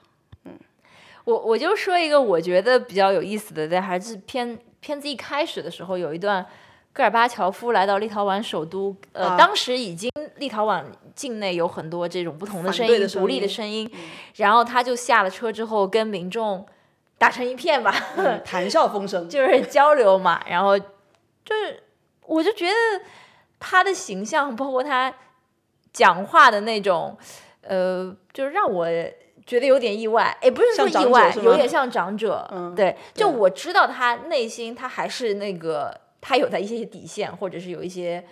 Speaker 2: 我我就说一个我觉得比较有意思的，在还是片片子一开始的时候，有一段戈尔巴乔夫来到立陶宛首都，呃，
Speaker 1: 啊
Speaker 2: 当时已经立陶宛境内有很多这种不同的
Speaker 1: 反
Speaker 2: 声
Speaker 1: 对
Speaker 2: 音、
Speaker 1: 的声
Speaker 2: 独立的
Speaker 1: 音嗯
Speaker 2: 声音，然后他就下了车之后跟民众打成一片吧，
Speaker 1: 嗯谈笑风生，
Speaker 2: 就是交流嘛，然后就是我就觉得他的形象，包括他讲话的那种，呃，就是让我觉得有点意外。哎，不是说
Speaker 1: 像长
Speaker 2: 意
Speaker 1: 者
Speaker 2: 外，
Speaker 1: 是吗
Speaker 2: 有点像长者。
Speaker 1: 嗯
Speaker 2: 对，就
Speaker 1: 对
Speaker 2: 我知道他内心他还是那个，他有他一些底线，或者是有一些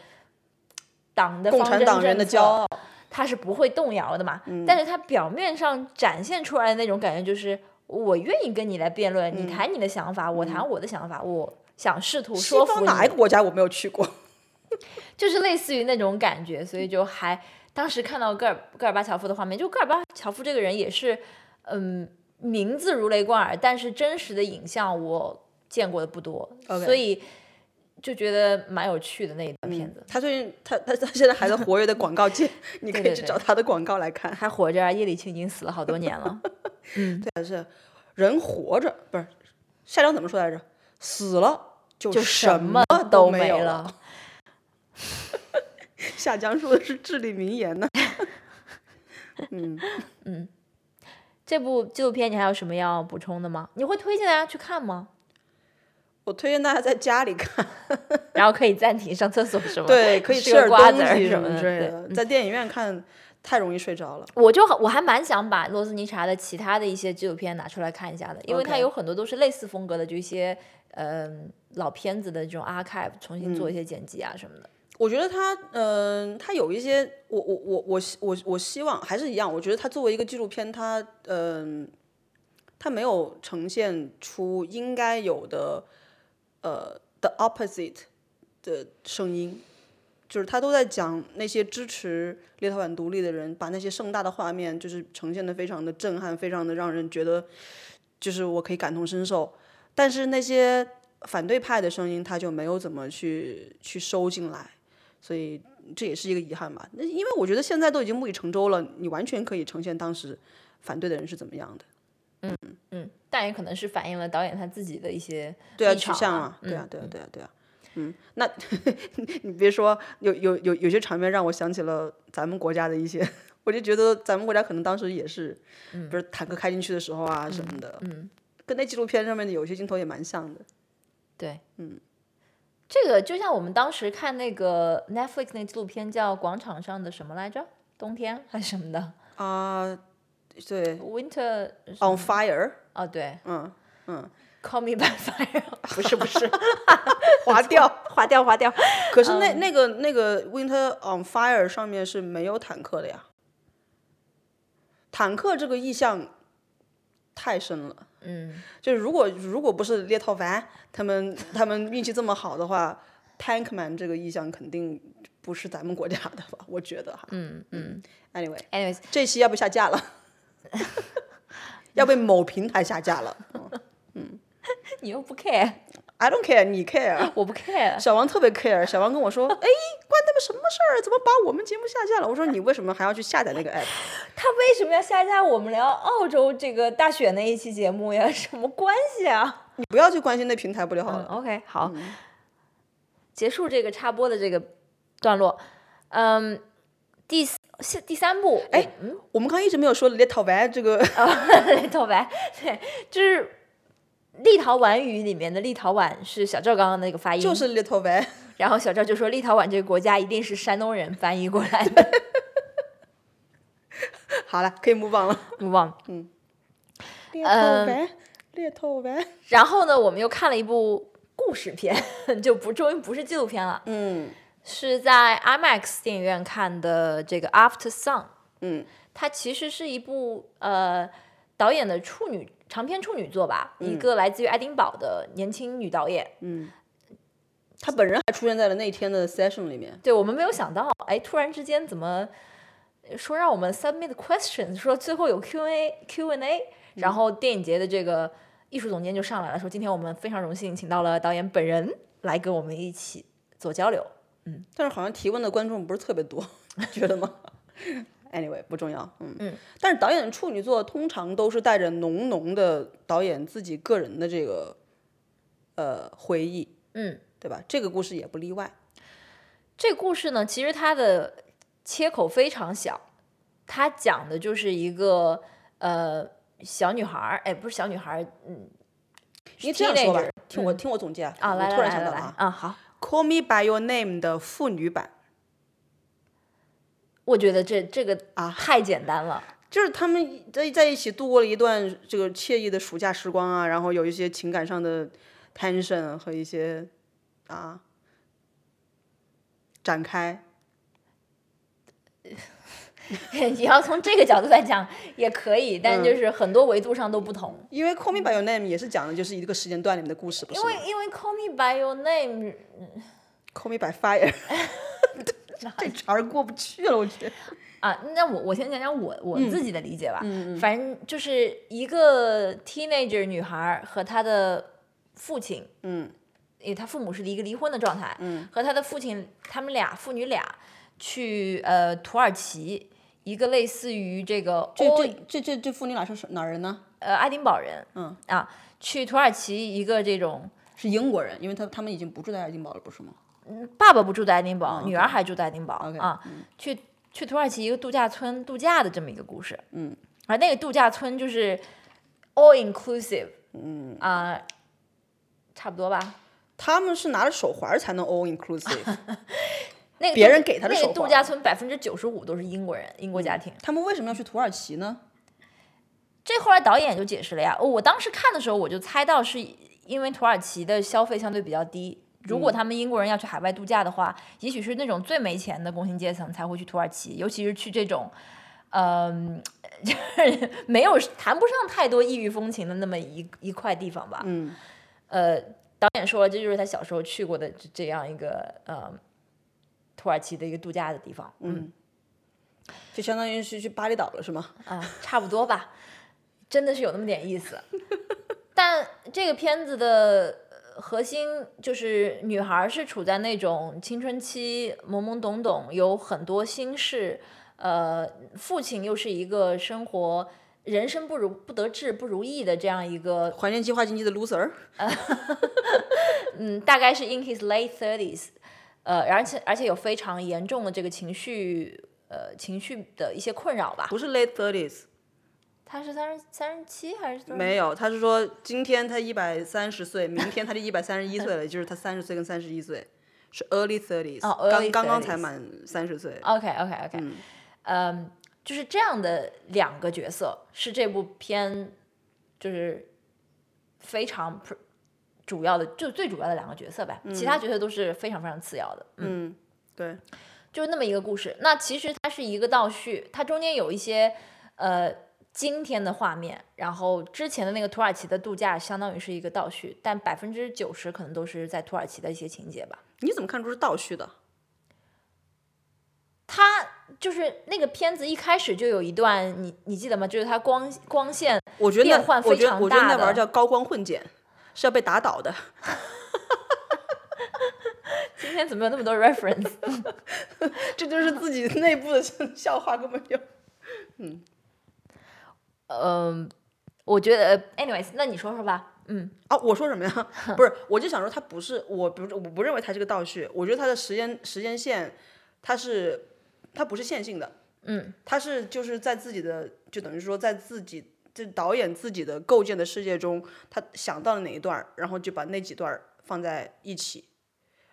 Speaker 2: 党的
Speaker 1: 共
Speaker 2: 方
Speaker 1: 产
Speaker 2: 针
Speaker 1: 党人的
Speaker 2: 政
Speaker 1: 骄
Speaker 2: 策
Speaker 1: 傲，
Speaker 2: 他是不会动摇的嘛。
Speaker 1: 嗯
Speaker 2: 但是他表面上展现出来的那种感觉就是，我愿意跟你来辩论，
Speaker 1: 嗯
Speaker 2: 你谈你的想法，我谈我的想法，我想试图
Speaker 1: 西
Speaker 2: 说服
Speaker 1: 方
Speaker 2: 你，
Speaker 1: 哪一个国家我没有去过？
Speaker 2: 就是类似于那种感觉，所以就还当时看到戈尔戈尔巴乔夫的画面，就戈尔巴乔夫这个人也是，嗯，名字如雷贯耳，但是真实的影像我见过的不多
Speaker 1: OK
Speaker 2: 所以就觉得蛮有趣的那一段片子。
Speaker 1: 他最近他他他现在还在活跃的广告界，你可
Speaker 2: *laughs* 对
Speaker 1: 以去
Speaker 2: 对
Speaker 1: 找他的广告来看。
Speaker 2: 还活着啊，叶里钦已经死了好多年了。
Speaker 1: 人活着不是夏良怎么说来着？死了就
Speaker 2: 就什
Speaker 1: 什
Speaker 2: 么
Speaker 1: 都
Speaker 2: 没
Speaker 1: 有
Speaker 2: 了。。
Speaker 1: 夏江说的是至理名言呢。
Speaker 2: 这部纪录片你还有什么要补充的吗？你会推荐大家去看吗？
Speaker 1: 我推荐大家在家里看，
Speaker 2: 然后可以暂停上厕所是吗？
Speaker 1: 对，可以
Speaker 2: 吃
Speaker 1: 吃
Speaker 2: 个
Speaker 1: 点
Speaker 2: 瓜
Speaker 1: 东
Speaker 2: 子儿
Speaker 1: 西
Speaker 2: 什
Speaker 1: 么
Speaker 2: 么的
Speaker 1: 之类
Speaker 2: 对
Speaker 1: 的。在电影院看太容易睡着了。
Speaker 2: 我就我还蛮想把罗斯尼查的其他的一些纪录片拿出来看一下的，因为它
Speaker 1: OK
Speaker 2: 有很多都是类似风格的，就一些嗯、老片子的这种 archive 重新
Speaker 1: 嗯
Speaker 2: 做一些剪辑啊什么的。
Speaker 1: 我觉得他，嗯、他有一些，我我我我希我我希望还是一样，我觉得他作为一个纪录片，他，嗯、他没有呈现出应该有的，呃，the opposite 的声音，就是他都在讲那些支持立陶宛独立的人，把那些盛大的画面就是呈现的非常的震撼，非常的让人觉得，就是我可以感同身受，但是那些反对派的声音，他就没有怎么去去收进来，所以这也是一个遗憾吧。那因为我觉得现在都已经木已成舟了，你完全可以呈现当时反对的人是怎么样的。
Speaker 2: 嗯，但也可能是反映了导演他自己的一些
Speaker 1: 对啊，
Speaker 2: 立
Speaker 1: 取
Speaker 2: 场
Speaker 1: 向
Speaker 2: 啊
Speaker 1: 啊，，对啊，对啊，对啊，对啊。嗯，那 *laughs* 你别说，有有有有些场面让我想起了咱们国家的一些， *laughs* 我就觉得咱们国家可能当时也是，
Speaker 2: 嗯
Speaker 1: 不是坦克开进去的时候啊什么的，嗯，跟那纪录片上面的有些镜头也蛮像的。
Speaker 2: 对，嗯，这个就像我们当时看那个 Netflix 那纪录片叫《广场上的什么来着》，冬天还是什么的
Speaker 1: 啊，对
Speaker 2: ，Winter
Speaker 1: ，On
Speaker 2: *laughs*
Speaker 1: Fire，
Speaker 2: 哦，对
Speaker 1: 嗯，
Speaker 2: ，Call Me by Fire，
Speaker 1: 不是不是，划掉。
Speaker 2: *laughs* 划掉划掉，
Speaker 1: 可是那那个那个 Winter on Fire 上面是没有坦克的呀，坦克这个意象太深了。
Speaker 2: 嗯，
Speaker 1: 就是如果如果不是猎头凡他们他们运气这么好的话，Tankman 这个意象肯定不是咱们国家的吧？我觉得哈。嗯嗯。Anyway，
Speaker 2: ，anyways，
Speaker 1: 这期要被下架了， *laughs* 要被某平台下架了。
Speaker 2: 你又不 care，
Speaker 1: I don't care，你 care。
Speaker 2: 我不 care，
Speaker 1: 小王特别 care，小王跟我说：“哎，关他们什么事儿？怎么把我们节目下架了？”我说：“你为什么还要去下载 *laughs* 那个 app？”
Speaker 2: *laughs* 他为什么要下架我们聊澳洲这个大选那一期节目呀？ *laughs* 什么关系啊？
Speaker 1: 你不要去关心那平台不就好了？
Speaker 2: 嗯，OK，好，结束这个插播的这个段落，嗯，第四是第三部，
Speaker 1: 哎
Speaker 2: 嗯
Speaker 1: 我们刚刚一直没有说猎头凡这个，
Speaker 2: 啊， *laughs* 头白，对，就是立陶宛语里面的立陶宛是小赵刚刚那个发
Speaker 1: *laughs*
Speaker 2: 音，
Speaker 1: 就是猎头凡。
Speaker 2: 然后小赵就说立陶宛这个国家一定是山东人翻译过来的，
Speaker 1: 好了，可以 move on 了。
Speaker 2: 不忘。
Speaker 1: 猎头呗，猎头呗。
Speaker 2: 然后呢，我们又看了一部故事片， *laughs* 就不终于不是纪录片了，
Speaker 1: 嗯
Speaker 2: 是在 IMAX 电影院看的这个《After Sun》，
Speaker 1: 嗯，
Speaker 2: 它其实是一部呃导演的处女长篇处女作吧，一个来自于爱丁堡的年轻女导演，
Speaker 1: 他本人还出现在了那一天的 session 里面。
Speaker 2: 对我们没有想到，哎，突然之间怎么说让我们 submit question，说最后有 Q&A Q&A，然
Speaker 1: 嗯
Speaker 2: 后电影节的这个艺术总监就上来了，说今天我们非常荣幸请到了导演本人来跟我们一起做交流。
Speaker 1: 但是好像提问的观众不是特别多， *laughs* 你觉得吗？Anyway，不重要，嗯嗯。但是导演处女作通常都是带着浓浓的导演自己个人的这个呃回忆，
Speaker 2: 嗯，
Speaker 1: 对吧？这个故事也不例外。
Speaker 2: 这故事呢，其实它的切口非常小，它讲的就是一个呃小女孩儿，哎，不是小女孩儿，嗯
Speaker 1: 你这样说吧
Speaker 2: teenager，
Speaker 1: 听我听我总结啊，
Speaker 2: 啊，
Speaker 1: 我
Speaker 2: 来来
Speaker 1: 突然
Speaker 2: 来
Speaker 1: 想
Speaker 2: 来
Speaker 1: 到
Speaker 2: 来
Speaker 1: 了啊，
Speaker 2: 啊，好，
Speaker 1: 《Call Me by Your Name》的妇女版。
Speaker 2: 我觉得这这个
Speaker 1: 啊
Speaker 2: 太简单了。
Speaker 1: 就是他们在在一起度过了一段这个惬意的暑假时光啊，然后有一些情感上的 tension 和一些啊展开。
Speaker 2: 你要从这个角度来讲也可以，但
Speaker 1: 嗯
Speaker 2: 就是很多维度上都不同。
Speaker 1: 因为《Call Me by Your Name》也是讲的就是一个时间段里面的故事，不是
Speaker 2: 因
Speaker 1: 吗
Speaker 2: 为因为 Call Me by Your Name，
Speaker 1: ？Call Me by
Speaker 2: *laughs*
Speaker 1: Fire，这茬儿过不去了，我觉得。
Speaker 2: 啊，那我我先讲讲我我
Speaker 1: 嗯
Speaker 2: 自己的理解吧。反正就是一个 teenager 女孩和她的父亲，
Speaker 1: 嗯，
Speaker 2: 因为她父母是一个离婚的状态，嗯，和她的父亲，他们俩父女俩去呃土耳其，一个类似于这个
Speaker 1: 这
Speaker 2: 欧
Speaker 1: 这这这这妇女哪是哪人呢？
Speaker 2: 呃爱丁堡人，
Speaker 1: 嗯
Speaker 2: 啊，去土耳其一个这种
Speaker 1: 是英国人，因为他他们已经不住在爱丁堡了，不是吗？
Speaker 2: 爸爸不住在爱丁堡，
Speaker 1: OK
Speaker 2: 女儿还住在爱丁堡
Speaker 1: 啊 OK，嗯
Speaker 2: 啊，去去土耳其一个度假村度假的这么一个故事。
Speaker 1: 嗯，
Speaker 2: 而那个度假村就是 all inclusive，
Speaker 1: 嗯，
Speaker 2: 啊、差不多吧。
Speaker 1: 他们是拿着手环儿才能 all
Speaker 2: *laughs*
Speaker 1: inclusive，
Speaker 2: 那个
Speaker 1: 别
Speaker 2: 度
Speaker 1: 人给他的
Speaker 2: 那个
Speaker 1: 手
Speaker 2: 度
Speaker 1: 环
Speaker 2: 假村百分之九十五都是英国人，英国家庭。
Speaker 1: 他们为什么要去土耳其呢？
Speaker 2: 这后来导演就解释了呀，哦我当时看的时候我就猜到是因为土耳其的消费相对比较低。如果他们英国人要去海外度假的话，也许是那种最没钱的工薪阶层才会去土耳其，尤其是去这种，嗯、 *laughs* 就是没有谈不上太多异域风情的那么一一块地方吧。
Speaker 1: 嗯，
Speaker 2: 呃，导演说了，这就是他小时候去过的这这样一个呃土耳其的一个度假的地方。嗯
Speaker 1: 就相当于是去巴厘岛了，是吗？
Speaker 2: 啊，差不多吧，真的是有那么点意思。 *laughs* 但这个片子的呃核心就是女孩是处在那种青春期懵懵懂懂，有很多心事，呃，父亲又是一个生活人生不如不得志不如意的这样一个
Speaker 1: 怀呃念计划经济的 loser，
Speaker 2: 嗯，大概是 in his late thirties，呃，而且而且有非常严重的这个情绪呃情绪的一些困扰吧。
Speaker 1: 不是 late thirties，
Speaker 2: 他是三十三十七还是多少
Speaker 1: 没有，他是说今天他一百三十岁，明天他就一百三十一岁了，也 *laughs* 就是他三十岁跟三十一岁是 early thirties，、
Speaker 2: 哦
Speaker 1: 刚
Speaker 2: ，early
Speaker 1: 刚刚
Speaker 2: 30s
Speaker 1: 才满三十岁。
Speaker 2: ？OK OK OK，嗯就是这样的两个角色是这部片就是非常 pr- 主要的，就最主要的两个角色吧，其他角色都是非常非常次要的。嗯
Speaker 1: 嗯，对，
Speaker 2: 就是那么一个故事。那其实它是一个倒叙，它中间有一些呃今天的画面，然后之前的那个土耳其的度假相当于是一个倒叙，但百分之九十可能都是在土耳其的一些情节吧。
Speaker 1: 你怎么看出是倒叙的？
Speaker 2: 它就是那个片子一开始就有一段，你你记得吗？就是它光光线
Speaker 1: 我觉得
Speaker 2: 变换
Speaker 1: 那
Speaker 2: 非
Speaker 1: 我觉得
Speaker 2: 常
Speaker 1: 我觉得
Speaker 2: 大
Speaker 1: 那
Speaker 2: 的
Speaker 1: 玩意儿叫高光混剪，是要被打倒的。 *laughs*
Speaker 2: 今天怎么有那么多 reference？ *laughs*
Speaker 1: 这就是自己内部的笑话，根本就
Speaker 2: 嗯、我觉得呃，anyways，那你说说吧。嗯，
Speaker 1: 啊！我说什么呀？ *laughs* 不是，我就想说，它不是，我不是，我不认为它是个倒叙，我觉得它的时间时间线，它是它不是线性的，嗯，它是就是在自己的，就等于说在自己就导演自己的构建的世界中，他想到了哪一段儿，然后就把那几段儿放在一起，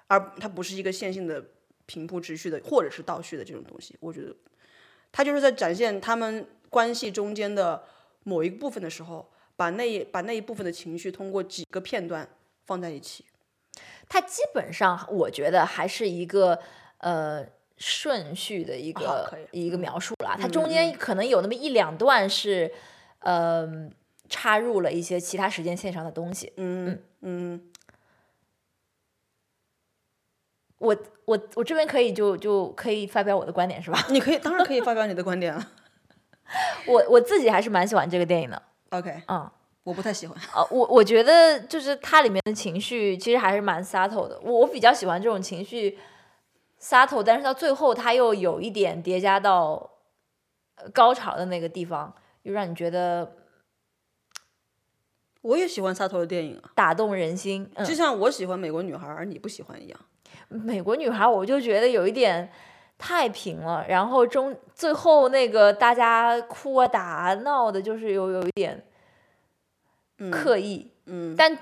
Speaker 1: 而它不是一个线性的平铺直叙的，或者是倒叙的这种东西，我觉得它就是在展现他们关系中间的某一部分的时候，把那一把那一部分的情绪通过几个片段放在一起。
Speaker 2: 它基本上我觉得还是一个呃顺序的一个、
Speaker 1: 哦好可以嗯
Speaker 2: 一个描述啦。它中间可能有那么一两段是呃插入了一些其他时间线上的东西。
Speaker 1: 嗯嗯，
Speaker 2: 我我我这边可以就就可以发表我的观点是吧？
Speaker 1: 你可以当然可以发表你的观点了。 *laughs*
Speaker 2: 我我自己还是蛮喜欢这个电影的。
Speaker 1: OK， *laughs*
Speaker 2: 嗯，
Speaker 1: 我不太喜欢。
Speaker 2: 呃，我我觉得就是它里面的情绪其实还是蛮 subtle 的，我我比较喜欢这种情绪 subtle，但是到最后它又有一点叠加到呃高潮的那个地方，又让你觉得
Speaker 1: 我也喜欢萨头的电影啊，
Speaker 2: 打动人心。嗯
Speaker 1: 就，像我喜欢美国女孩儿，而你不喜欢一样。
Speaker 2: 美国女孩我就觉得有一点太平了，然后中最后那个大家哭啊打啊闹的，就是有有一点
Speaker 1: 嗯
Speaker 2: 刻意。
Speaker 1: 嗯，
Speaker 2: 但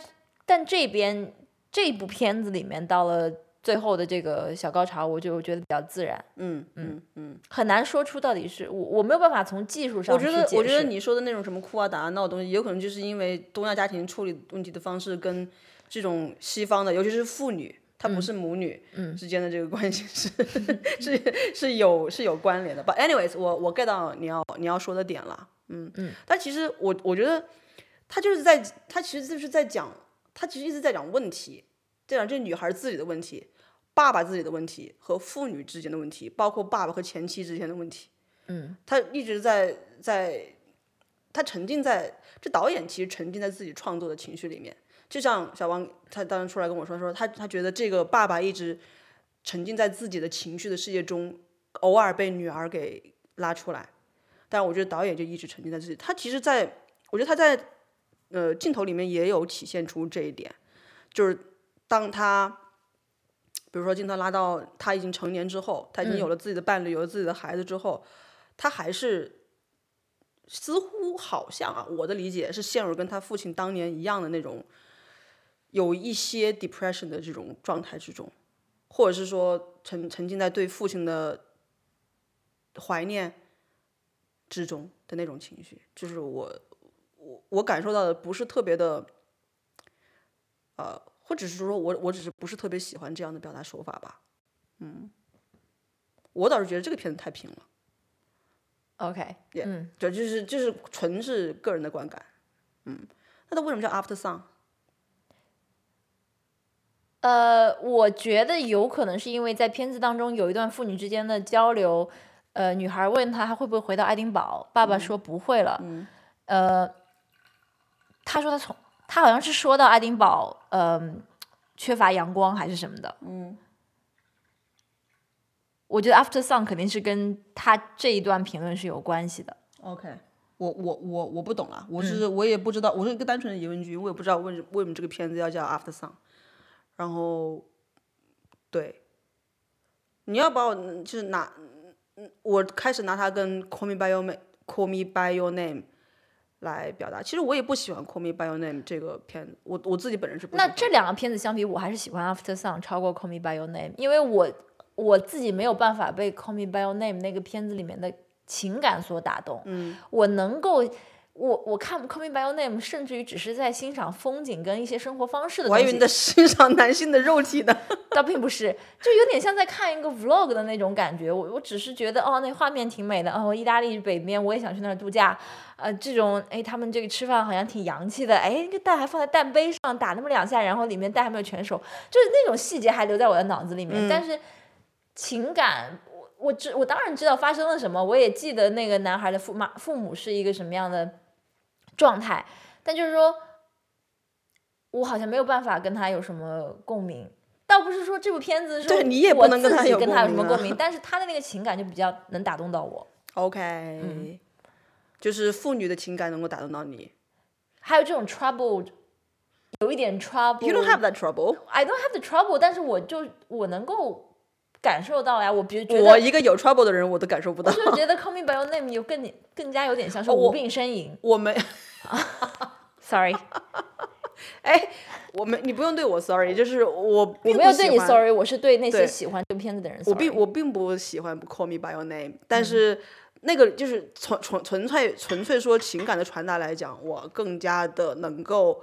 Speaker 2: 但这边这部片子里面到了最后的这个小高潮，我就觉得比较自然，
Speaker 1: 嗯嗯嗯，
Speaker 2: 很难说出到底是我我没有办法从技术上
Speaker 1: 我
Speaker 2: 去
Speaker 1: 觉
Speaker 2: 解释。
Speaker 1: 得我觉得你说的那种什么哭啊、打啊、闹的东西，有可能就是因为东亚家庭处理问题的方式跟这种西方的，尤其是妇女，她
Speaker 2: 嗯
Speaker 1: 不是母女之间的这个关系是、 *laughs* 是是有是有关联的。But anyways，我我 get 到你要你要说的点了，嗯嗯。但其实我我觉得他就是在他其实就是在讲，他其实一直在讲问题，在讲这女孩自己的问题。爸爸自己的问题和妇女之间的问题，包括爸爸和前妻之间的问题，他一直在在，他沉浸在这导演其实沉浸在自己创作的情绪里面。就像小王他当时出来跟我说说，他他觉得这个爸爸一直沉浸在自己的情绪的世界中，偶尔被女儿给拉出来。但我觉得导演就一直沉浸在自己，他其实在我觉得他在呃镜头里面也有体现出这一点，就是当他。比如说，镜头拉到他已经成年之后，他已经有了自己的伴侣，有了自己的孩子之后，他还是似乎好像啊，我的理解是陷入跟他父亲当年一样的那种有一些 depression 的这种状态之中，或者是说沉沉浸在对父亲的怀念之中的那种情绪，就是我我我感受到的不是特别的，呃，或者是说我我只是不是特别喜欢这样的表达手法吧，嗯，我倒是觉得这个片子太平了。
Speaker 2: OK，嗯，
Speaker 1: 对，就是就是纯是个人的观感，嗯，那它为什么叫 After Sun？
Speaker 2: 呃，我觉得有可能是因为在片子当中有一段父女之间的交流，呃，女孩问他还会不会回到爱丁堡，爸爸说不会了，
Speaker 1: 嗯
Speaker 2: 呃，他说他从他好像是说到爱丁堡，嗯、缺乏阳光还是什么的，
Speaker 1: 嗯
Speaker 2: 我觉得 After Sun 肯定是跟他这一段评论是有关系的。
Speaker 1: ，OK，我我我我不懂了，我是我也不知道，我是一个单纯的疑问句，我也不知道为什为什么这个片子要叫 After Sun，然后，对，你要把我就是拿，我开始拿它跟 Call Me by Your Ma- Call Me by Your Name 来表达。其实我也不喜欢 Call Me by Your Name 这个片子，我我自己本人是不喜
Speaker 2: 那
Speaker 1: 欢。
Speaker 2: 这两个片子相比，我还是喜欢 After Sun 超过 Call Me by Your Name，因为我我自己没有办法被 Call Me by Your Name 那个片子里面的情感所打动。嗯，我能够。我我看 Call Me by Your Name，甚至于只是在欣赏风景跟一些生活方式的
Speaker 1: 我
Speaker 2: 东
Speaker 1: 还以
Speaker 2: 西。
Speaker 1: 为你在欣赏男性的肉体呢。
Speaker 2: 倒并不是，就有点像在看一个 vlog 的那种感觉。我我只是觉得，哦，那画面挺美的，哦，意大利北边我也想去那儿度假，呃，这种，哎，他们这个吃饭好像挺洋气的，哎，那个蛋还放在蛋杯上打那么两下，然后里面蛋还没有全熟，就是那种细节还留在我的脑子里面。
Speaker 1: 嗯
Speaker 2: 但是情感，我我知我当然知道发生了什么，我也记得那个男孩的父妈父母是一个什么样的状态，但就是说。我好像没有办法跟他有什么共鸣，倒不是说这部片子是
Speaker 1: 对你也
Speaker 2: 我
Speaker 1: 不能跟
Speaker 2: 自
Speaker 1: 他
Speaker 2: 己
Speaker 1: 有
Speaker 2: 跟
Speaker 1: 共
Speaker 2: 他有什
Speaker 1: 鸣
Speaker 2: 么
Speaker 1: 啊
Speaker 2: 共鸣，但是他的那个情感就比较能打动到我。
Speaker 1: OK，、就是妇女的情感能够打动到你。
Speaker 2: 还有这种 trouble，有一点 trouble。
Speaker 1: You don't have that trouble。
Speaker 2: I don't have the trouble，但是我就我能够感受到呀，我比如觉
Speaker 1: 我
Speaker 2: 得。
Speaker 1: 一个有 trouble 的人，我都感受不到。
Speaker 2: 就是觉得《Call Me by Your Name》有更更加有点像是
Speaker 1: 哦我
Speaker 2: 无病呻吟。啊
Speaker 1: 我没，
Speaker 2: Sorry，
Speaker 1: 哎，我没，你不用对我 sorry，就是我
Speaker 2: 我
Speaker 1: 并不
Speaker 2: 没有
Speaker 1: 喜
Speaker 2: 对你
Speaker 1: 欢
Speaker 2: sorry，我是对那
Speaker 1: 对
Speaker 2: 些喜欢这部片子的人 sorry。嗯
Speaker 1: 我并我并不喜欢《Call Me by Your Name》，但是那个就是纯纯纯粹纯粹说情感的传达来讲，我更加的能够，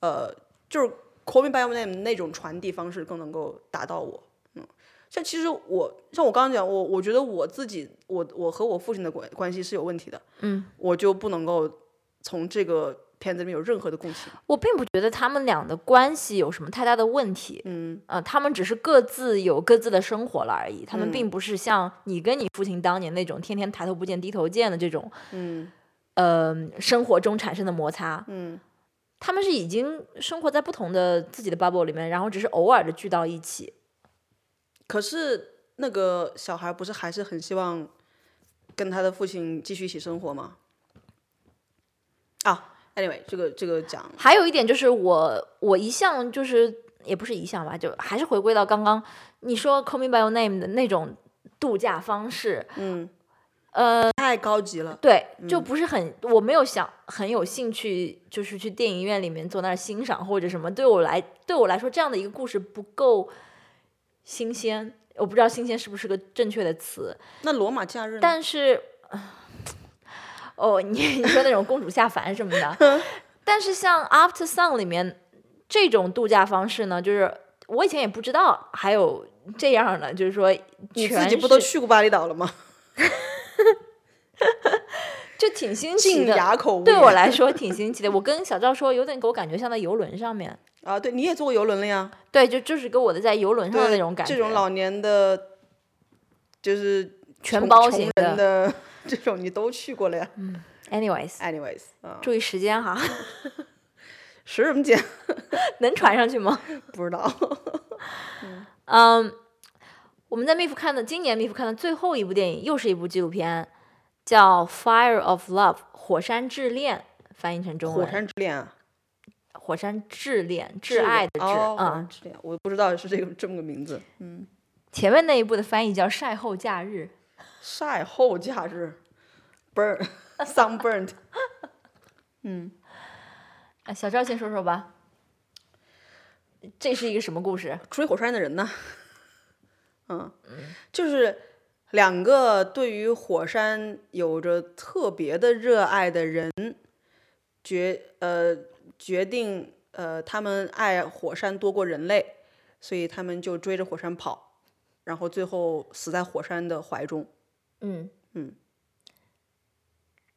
Speaker 1: 呃，就是《Call Me by Your Name》那种传递方式更能够达到我。嗯，像其实我像我刚刚讲，我我觉得我自己，我我和我父亲的关关系是有问题的。嗯，我就不能够从这个片子里面有任何的共情。
Speaker 2: 我并不觉得他们俩的关系有什么太大的问题，嗯，呃，他们只是各自有各自的生活了而已，他们并不是像你跟你父亲当年那种天天抬头不见低头见的这种，嗯，呃，生活中产生的摩擦，嗯，他们是已经生活在不同的自己的 bubble 里面，然后只是偶尔的聚到一起，
Speaker 1: 可是那个小孩不是还是很希望跟他的父亲继续一起生活吗？啊，anyway，这个这个讲，
Speaker 2: 还有一点就是我，我一向就是也不是一向吧，就还是回归到刚刚你说 “call me by your name” 的那种度假方式，
Speaker 1: 嗯，
Speaker 2: 呃，
Speaker 1: 太高级了。
Speaker 2: 对，就不是很，我没有想很有兴趣，就是去电影院里面坐那儿欣赏或者什么。对我来，对我来说，这样的一个故事不够新鲜。我不知道“新鲜”是不是个正确的词，
Speaker 1: 那罗马假日呢，
Speaker 2: 但是，哦，你你说那种公主下凡什么
Speaker 1: *laughs*
Speaker 2: 的，但是像《After Sun》里面这种度假方式呢，就是我以前也不知道还有这样的，就是说
Speaker 1: 你自
Speaker 2: 全
Speaker 1: 己不都
Speaker 2: 是
Speaker 1: 去过巴厘岛了吗？
Speaker 2: 就挺新奇
Speaker 1: 进
Speaker 2: 的。
Speaker 1: 哑口无
Speaker 2: 对
Speaker 1: 言
Speaker 2: 我来说挺新奇的。我跟小赵说，有点给我感觉像在游轮上面，
Speaker 1: 啊，对你也坐过游轮了呀，
Speaker 2: 对，就就是给我的在游轮上的那种感觉，
Speaker 1: 这种老年的，就是
Speaker 2: 全
Speaker 1: 穷
Speaker 2: 包
Speaker 1: 穷
Speaker 2: 型
Speaker 1: 人
Speaker 2: 的。
Speaker 1: 的这种你都去过了呀。
Speaker 2: Anyways，
Speaker 1: anyways，啊，
Speaker 2: 注意时间哈， *laughs*
Speaker 1: 食什么节
Speaker 2: 能传上去吗？
Speaker 1: 不知道。
Speaker 2: 嗯，我们在 MIF 看的今年 MIF 看的最后一部电影，又是一部纪录片，叫《Fire of Love》火山之恋，翻译成中
Speaker 1: 火
Speaker 2: 文
Speaker 1: 山之恋啊，
Speaker 2: 火山之恋，挚
Speaker 1: 的
Speaker 2: 爱
Speaker 1: 哦
Speaker 2: 的挚，
Speaker 1: 火
Speaker 2: 嗯
Speaker 1: 山，之恋，我不知道是这个这么个名字。
Speaker 2: 前面那一部的翻译叫晒后假日。
Speaker 1: 晒后假日，burn
Speaker 2: *laughs*
Speaker 1: sunburned。
Speaker 2: 啊，小赵先说说吧，这是一个什么故事？
Speaker 1: 追火山的人呢？嗯，就是两个对于火山有着特别的热爱的人，决呃决定呃他们爱火山多过人类，所以他们就追着火山跑，然后最后死在火山的怀中。
Speaker 2: 嗯
Speaker 1: 嗯，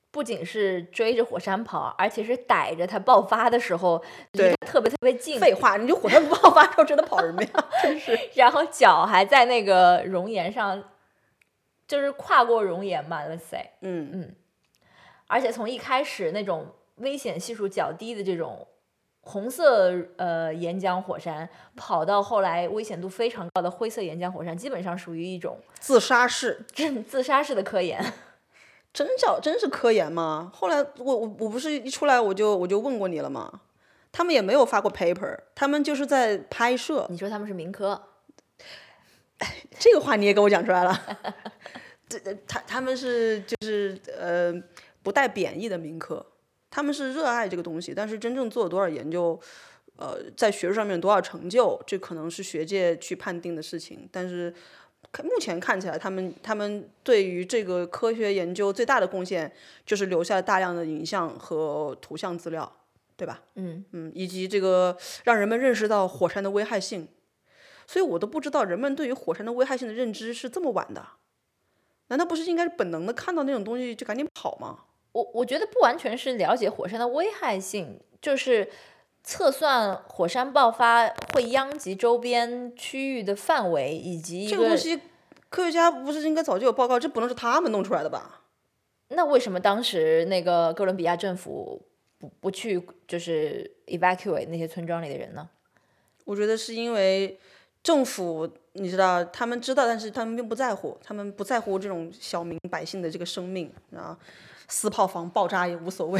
Speaker 2: 不仅是追着火山跑，而且是逮着它爆发的时候离它特别特别近，
Speaker 1: 废话，你就火山不爆发之后真的跑什么呀？ *laughs* 真是。
Speaker 2: 然后脚还在那个熔岩上，就是跨过熔岩吧，let's say。
Speaker 1: 嗯，
Speaker 2: 而且从一开始那种危险系数较低的这种红色呃岩浆火山，跑到后来危险度非常高的灰色岩浆火山，基本上属于一种
Speaker 1: 自杀式
Speaker 2: 自自杀式的科研。 *laughs*
Speaker 1: 真叫真是科研吗？后来我我我不是一出来我就我就问过你了吗？他们也没有发过 paper，他们就是在拍摄。
Speaker 2: 你说他们是民科，
Speaker 1: 这个话你也给我讲出来了。 *laughs* 这呃他他们是就是呃不带贬义的民科，他们是热爱这个东西，但是真正做了多少研究，呃，在学术上面有多少成就，这可能是学界去判定的事情。但是看目前看起来，他们他们对于这个科学研究最大的贡献就是留下了大量的影像和图像资料，对吧？
Speaker 2: 嗯，
Speaker 1: 嗯，以及这个让人们认识到火山的危害性，所以我都不知道人们对于火山的危害性的认知是这么晚的。难道不是应该是本能的看到那种东西就赶紧跑吗？
Speaker 2: 我我觉得不完全是了解火山的危害性，就是测算火山爆发会殃及周边区域的范围以及一
Speaker 1: 这个
Speaker 2: 个
Speaker 1: 东西，科学家不是应该早就有报告？这不能是他们弄出来的吧？
Speaker 2: 那为什么当时那个哥伦比亚政府不不去就是 evacuate 那些村庄里的人呢？
Speaker 1: 我觉得是因为政府，你知道，他们知道，但是他们并不在乎，他们不在乎这种小民百姓的这个生命啊，撕炮房爆炸也无所谓。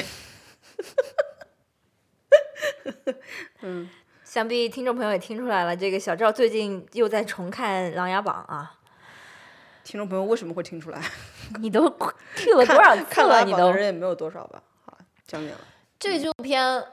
Speaker 1: *laughs*
Speaker 2: 想必听众朋友也听出来了，这个小赵最近又在重看《琅琊榜》啊，
Speaker 1: 听众朋友为什么会听出来？
Speaker 2: 你都 *laughs* Q 了多少次
Speaker 1: 看
Speaker 2: 了？
Speaker 1: 完
Speaker 2: 你
Speaker 1: 榜的
Speaker 2: 都
Speaker 1: 人也没有多少吧？好，讲远了。
Speaker 2: 这
Speaker 1: 嗯
Speaker 2: 个纪录片，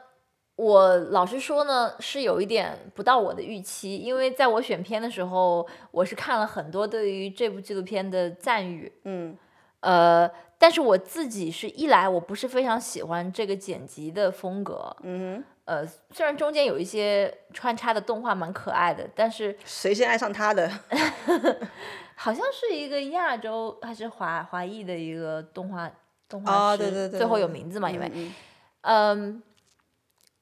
Speaker 2: 我老实说呢，是有一点不到我的预期，因为在我选片的时候，我是看了很多对于这部纪录片的赞誉，
Speaker 1: 嗯
Speaker 2: 呃，但是我自己是一来我不是非常喜欢这个剪辑的风格，
Speaker 1: 嗯哼，
Speaker 2: 呃，虽然中间有一些穿插的动画蛮可爱的，但是
Speaker 1: 谁先爱上他的？
Speaker 2: 好像是一个亚洲还是华华裔的一个动画动画
Speaker 1: 啊
Speaker 2: 师
Speaker 1: 对对对
Speaker 2: 最后
Speaker 1: 对
Speaker 2: 有
Speaker 1: 对
Speaker 2: 名字嘛，因为
Speaker 1: 嗯嗯
Speaker 2: 嗯，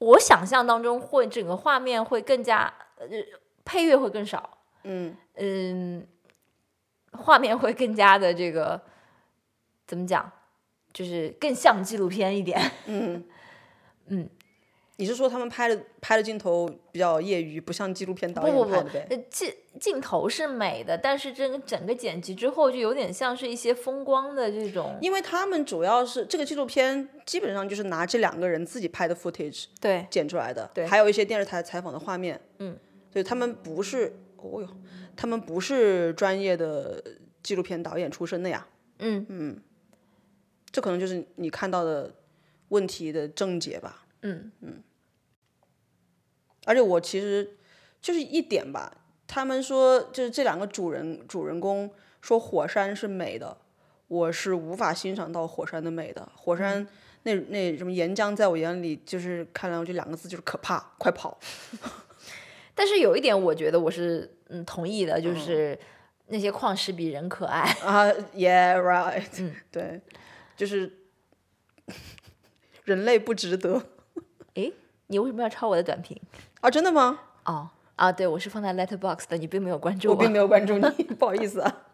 Speaker 2: 我想象当中会整个画面会更加，呃，配乐会更少，
Speaker 1: 嗯，
Speaker 2: 嗯，画面会更加的这个怎么讲，就是更像纪录片一点。
Speaker 1: 你是说他们拍的拍的镜头比较业余，不像纪录片导
Speaker 2: 不不
Speaker 1: 演
Speaker 2: 不，
Speaker 1: 拍的呗？
Speaker 2: 呃镜镜头是美的，但是这个整个剪辑之后就有点像是一些风光的这种，
Speaker 1: 因为他们主要是这个纪录片，基本上就是拿这两个人自己拍的 footage
Speaker 2: 对，
Speaker 1: 剪出来的，
Speaker 2: 对
Speaker 1: 还有一些电视台采访的画面，
Speaker 2: 嗯，
Speaker 1: 对他们不是，哦哟，他们不是专业的纪录片导演出身的呀，
Speaker 2: 嗯
Speaker 1: 这可能就是你看到的问题的症结吧。
Speaker 2: 嗯
Speaker 1: 而且我其实就是一点吧，他们说就是这两个主人主人公说火山是美的，我是无法欣赏到火山的美的。火
Speaker 2: 嗯
Speaker 1: 山那那什么岩浆，在我眼里就是看来我就两个字就是可怕，快跑。
Speaker 2: 但是有一点我觉得我是嗯同意的，就是那些矿石比人可爱。
Speaker 1: 啊、y e a h right，、对， *laughs*
Speaker 2: 嗯
Speaker 1: 就是 *laughs* 人类不值得
Speaker 2: 诶，你为什么要抄我的短评？
Speaker 1: 啊！真的吗？
Speaker 2: 哦啊，对，我是放在 Letterbox 的，你并没有关注
Speaker 1: 我并没有关注
Speaker 2: *laughs*
Speaker 1: 你，不好意思啊。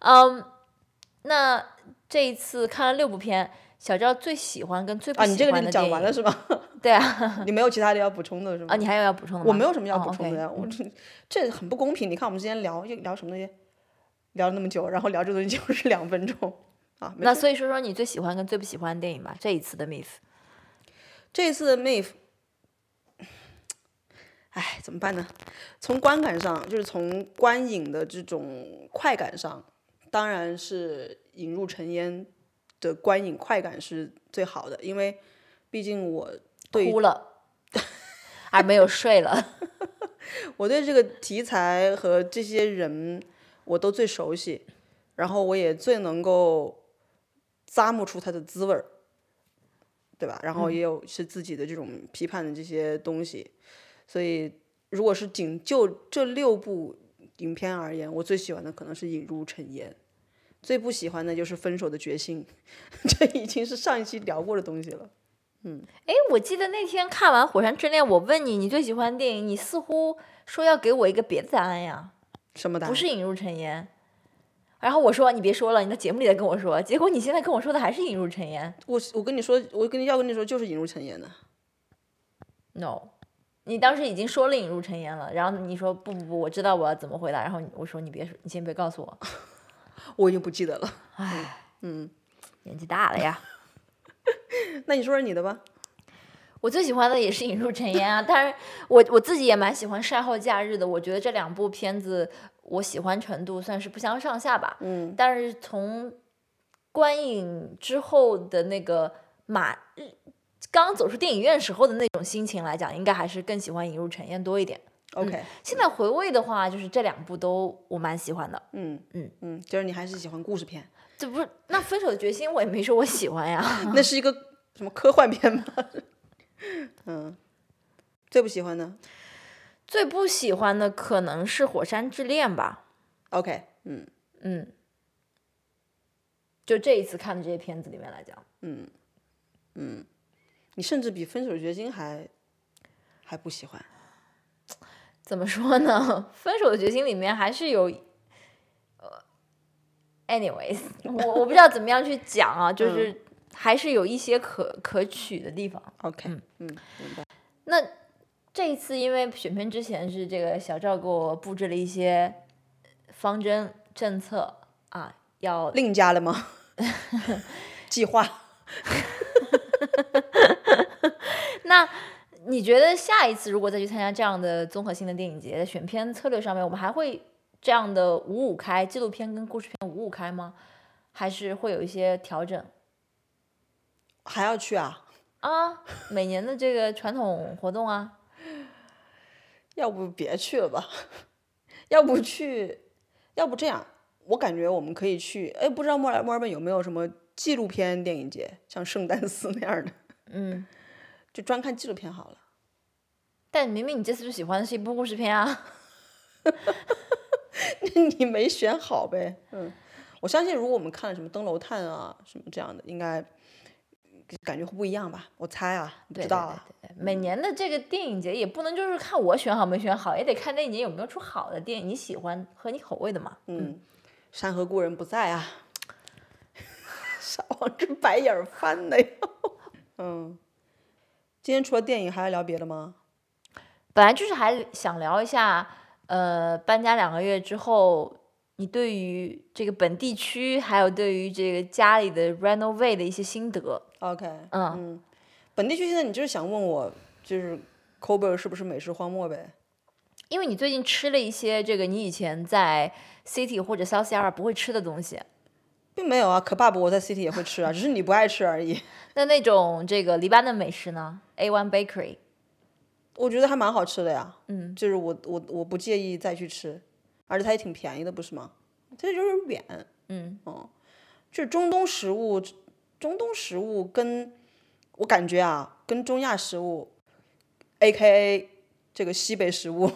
Speaker 2: 嗯，那这一次看了六部片，小赵最喜欢跟最不
Speaker 1: 啊，你
Speaker 2: 喜
Speaker 1: 这个
Speaker 2: 欢
Speaker 1: 就
Speaker 2: 的
Speaker 1: 讲
Speaker 2: 电
Speaker 1: 完
Speaker 2: 影，
Speaker 1: 了是吧？
Speaker 2: *laughs* 对啊，
Speaker 1: *laughs* 你没有其他的要补充的是吗？
Speaker 2: 啊，你还有要补充的吗？
Speaker 1: 我没有什么要
Speaker 2: 哦
Speaker 1: 补充的
Speaker 2: ，OK
Speaker 1: 呀，我这这很不公平。你看我们之前聊又聊什么东西，聊了那么久，然后聊这东西就是两分钟啊。没
Speaker 2: 那所以说说你最喜欢跟最不喜欢的电影吧，这一次的 Miff。
Speaker 1: 这次的 MIF，哎，怎么办呢？从观感上，就是从观影的这种快感上，当然是《引入尘烟》的观影快感是最好的，因为毕竟我对
Speaker 2: 哭
Speaker 1: *laughs*
Speaker 2: 了，而没有睡了。
Speaker 1: 我对这个题材和这些人我都最熟悉，然后我也最能够咂摸出它的滋味儿，对吧？然后也有是自己的这种批判的这些东西，所以如果是仅就这六部影片而言，我最喜欢的可能是《引入尘烟》，最不喜欢的就是《分手的决心》， *laughs* 这已经是上一期聊过的东西了。
Speaker 2: 诶，我记得那天看完《火山之恋》，我问你你最喜欢的电影，你似乎说要给我一个别的答案呀，
Speaker 1: 什么答案？
Speaker 2: 不是《引入尘烟》。然后我说你别说了，你在节目里再跟我说。结果你现在跟我说的还是《引入尘烟
Speaker 1: 我，我跟你说，我跟你要跟你说，就是《引入尘烟》的。》
Speaker 2: ，no。你当时已经说了《引入尘烟》了，然后你说不不不，我知道我要怎么回答。然后我说你别，你先别告诉我。
Speaker 1: 我已经不记得了。
Speaker 2: 唉，嗯， *laughs* 年纪大了呀。
Speaker 1: 那你说说你的吧。
Speaker 2: 我最喜欢的也是《引入尘烟》啊，但是我我自己也蛮喜欢《善后假日》的。我觉得这两部片子，我喜欢程度算是不相上下吧。
Speaker 1: 嗯，
Speaker 2: 但是从观影之后的那个马日刚走出电影院时候的那种心情来讲，应该还是更喜欢《引入尘烟》多一点。
Speaker 1: OK，
Speaker 2: 现在回味的话，就是这两部都我蛮喜欢的。
Speaker 1: 嗯
Speaker 2: 嗯
Speaker 1: 嗯，就是你还是喜欢故事片，
Speaker 2: 这不是那《分手的决心》，我也没说我喜欢呀。 *laughs*
Speaker 1: 那是一个什么科幻片吗？ *laughs* 嗯，最不喜欢呢
Speaker 2: 最不喜欢的可能是《火山之恋》吧。
Speaker 1: ？OK，嗯
Speaker 2: 嗯，就这一次看的这些片子里面来讲，
Speaker 1: 嗯嗯，你甚至比《分手决心还》还不喜欢。
Speaker 2: 怎么说呢？《 *laughs* 分手的决心》里面还是有，呃，anyways，我我不知道怎么样去讲啊，就是还是有一些可可取的地方。
Speaker 1: OK，嗯
Speaker 2: 那这一次因为选片之前是这个小赵给我布置了一些方针政策啊，要
Speaker 1: 另加了吗？ *laughs* 计划
Speaker 2: 那你觉得下一次如果再去参加这样的综合性的电影节，选片策略上面，我们还会这样的五五开，纪录片跟故事片五五开吗？还是会有一些调整
Speaker 1: 还要去啊？
Speaker 2: 啊？每年的这个传统活动啊，
Speaker 1: 要不别去了吧？ *laughs* 要不去，要不这样，我感觉我们可以去。哎，不知道墨尔墨尔本有没有什么纪录片电影节，像圣丹斯那样的，
Speaker 2: 嗯，
Speaker 1: 就专看纪录片好了。
Speaker 2: 但明明你这次就喜欢的是一部故事片啊，
Speaker 1: *laughs* 你没选好呗？嗯，我相信如果我们看了什么《灯楼探》啊，什么这样的，应该感觉会不一样吧？我猜啊，不
Speaker 2: 对
Speaker 1: 知
Speaker 2: 对
Speaker 1: 道啊。
Speaker 2: 对对对每年的这个电影节也不能就是看我选好没选好，也得看那一年有没有出好的电影，你喜欢和你口味的嘛。
Speaker 1: 嗯，山河故人不在啊， *laughs* 傻往这白眼儿翻的呀。 *laughs* 嗯，今天除了电影还要聊别的吗？
Speaker 2: 本来就是还想聊一下，呃，搬家两个月之后，你对于这个本地区，还有对于这个家里的 renovate 的一些心得。
Speaker 1: OK，
Speaker 2: 嗯
Speaker 1: 本地区现在你就是想问我，就是 c o b e r 是不是美食荒漠呗？
Speaker 2: 因为你最近吃了一些这个你以前在 city 或者 South Sierra 不会吃的东西，
Speaker 1: 并没有啊，kebab 我在 City 也会吃啊，只是你不爱吃而已。
Speaker 2: 那那种这个黎巴嫩美食呢？A One Bakery，
Speaker 1: 我觉得还蛮好吃的呀，
Speaker 2: 嗯，
Speaker 1: 就是我我我不介意再去吃，而且它也挺便宜的，不是吗？这就是远，
Speaker 2: 嗯，
Speaker 1: 哦，就是中东食物，中东食物跟我感觉啊，跟中亚食物，A K A 这个西北食物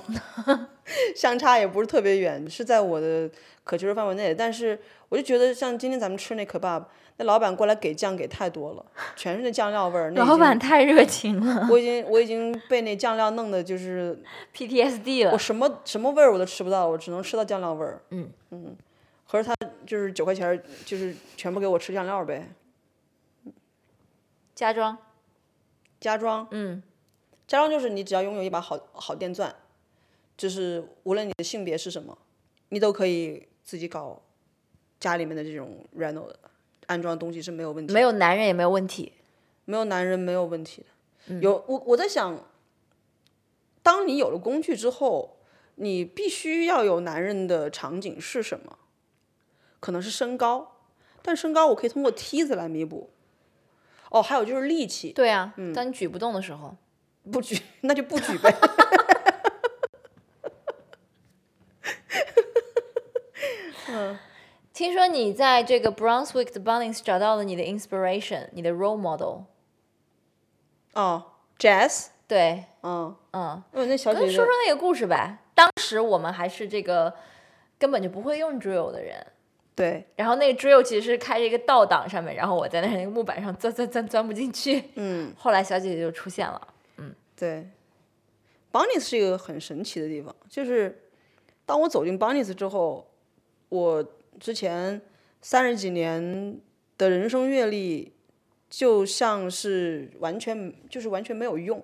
Speaker 1: *laughs* 相差也不是特别远，是在我的可接受范围内。但是我就觉得，像今天咱们吃那 kebab，那老板过来给酱给太多了，全是那酱料味儿。那已
Speaker 2: 老
Speaker 1: 经
Speaker 2: 板，太热情 *laughs* 了
Speaker 1: 我已经我已经被那酱料弄得就是
Speaker 2: ，PTSD
Speaker 1: 我
Speaker 2: 了。
Speaker 1: 什么什么味儿我都吃不到，我只能吃到酱料味儿。嗯嗯，合着他就是九块钱儿，就是全部给我吃酱料呗。
Speaker 2: 家装，
Speaker 1: 家装，
Speaker 2: 嗯，
Speaker 1: 家装就是你只要拥有一把好好电钻，就是无论你的性别是什么，你都可以自己搞家里面的这种 reno 的安装东西是没有问题的，
Speaker 2: 没有男人也没有问题。
Speaker 1: 没有男人没有问题的。
Speaker 2: 嗯
Speaker 1: 有我我在想，当你有了工具之后，你必须要有男人的场景是什么？可能是身高，但身高我可以通过梯子来弥补。哦，还有就是力气，
Speaker 2: 对啊，
Speaker 1: 嗯
Speaker 2: 当你举不动的时候，
Speaker 1: 不举 *laughs* 那就不举
Speaker 2: *laughs*
Speaker 1: 呗。
Speaker 2: 听说你在这个 Brunswick 的 Bunnings 找到了你的 inspiration，你的 role model。
Speaker 1: 哦，jazz，
Speaker 2: 对，
Speaker 1: 嗯，
Speaker 2: 嗯，
Speaker 1: 哦，那小
Speaker 2: 跟
Speaker 1: 姐
Speaker 2: 说
Speaker 1: 姐
Speaker 2: 说那个故事呗。当时我们还是这个根本就不会用 drill 的人，
Speaker 1: 对，
Speaker 2: 然后那个 drill 其实是开着一个倒档上面，然后我在那那个木板上钻钻钻钻不进去。
Speaker 1: 嗯，
Speaker 2: 后来小姐姐就出现了，
Speaker 1: 对，Bonnie's 是一个很神奇的地方，就是当我走进 Bonnie's 之后，我之前三十几年的人生阅历，就像是完全就是完全没有用，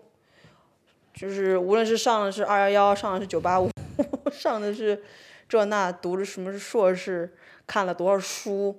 Speaker 1: 就是无论是上的是二幺幺，上的是九八五， *laughs* 上的是这那，读了什么硕士，看了多少书，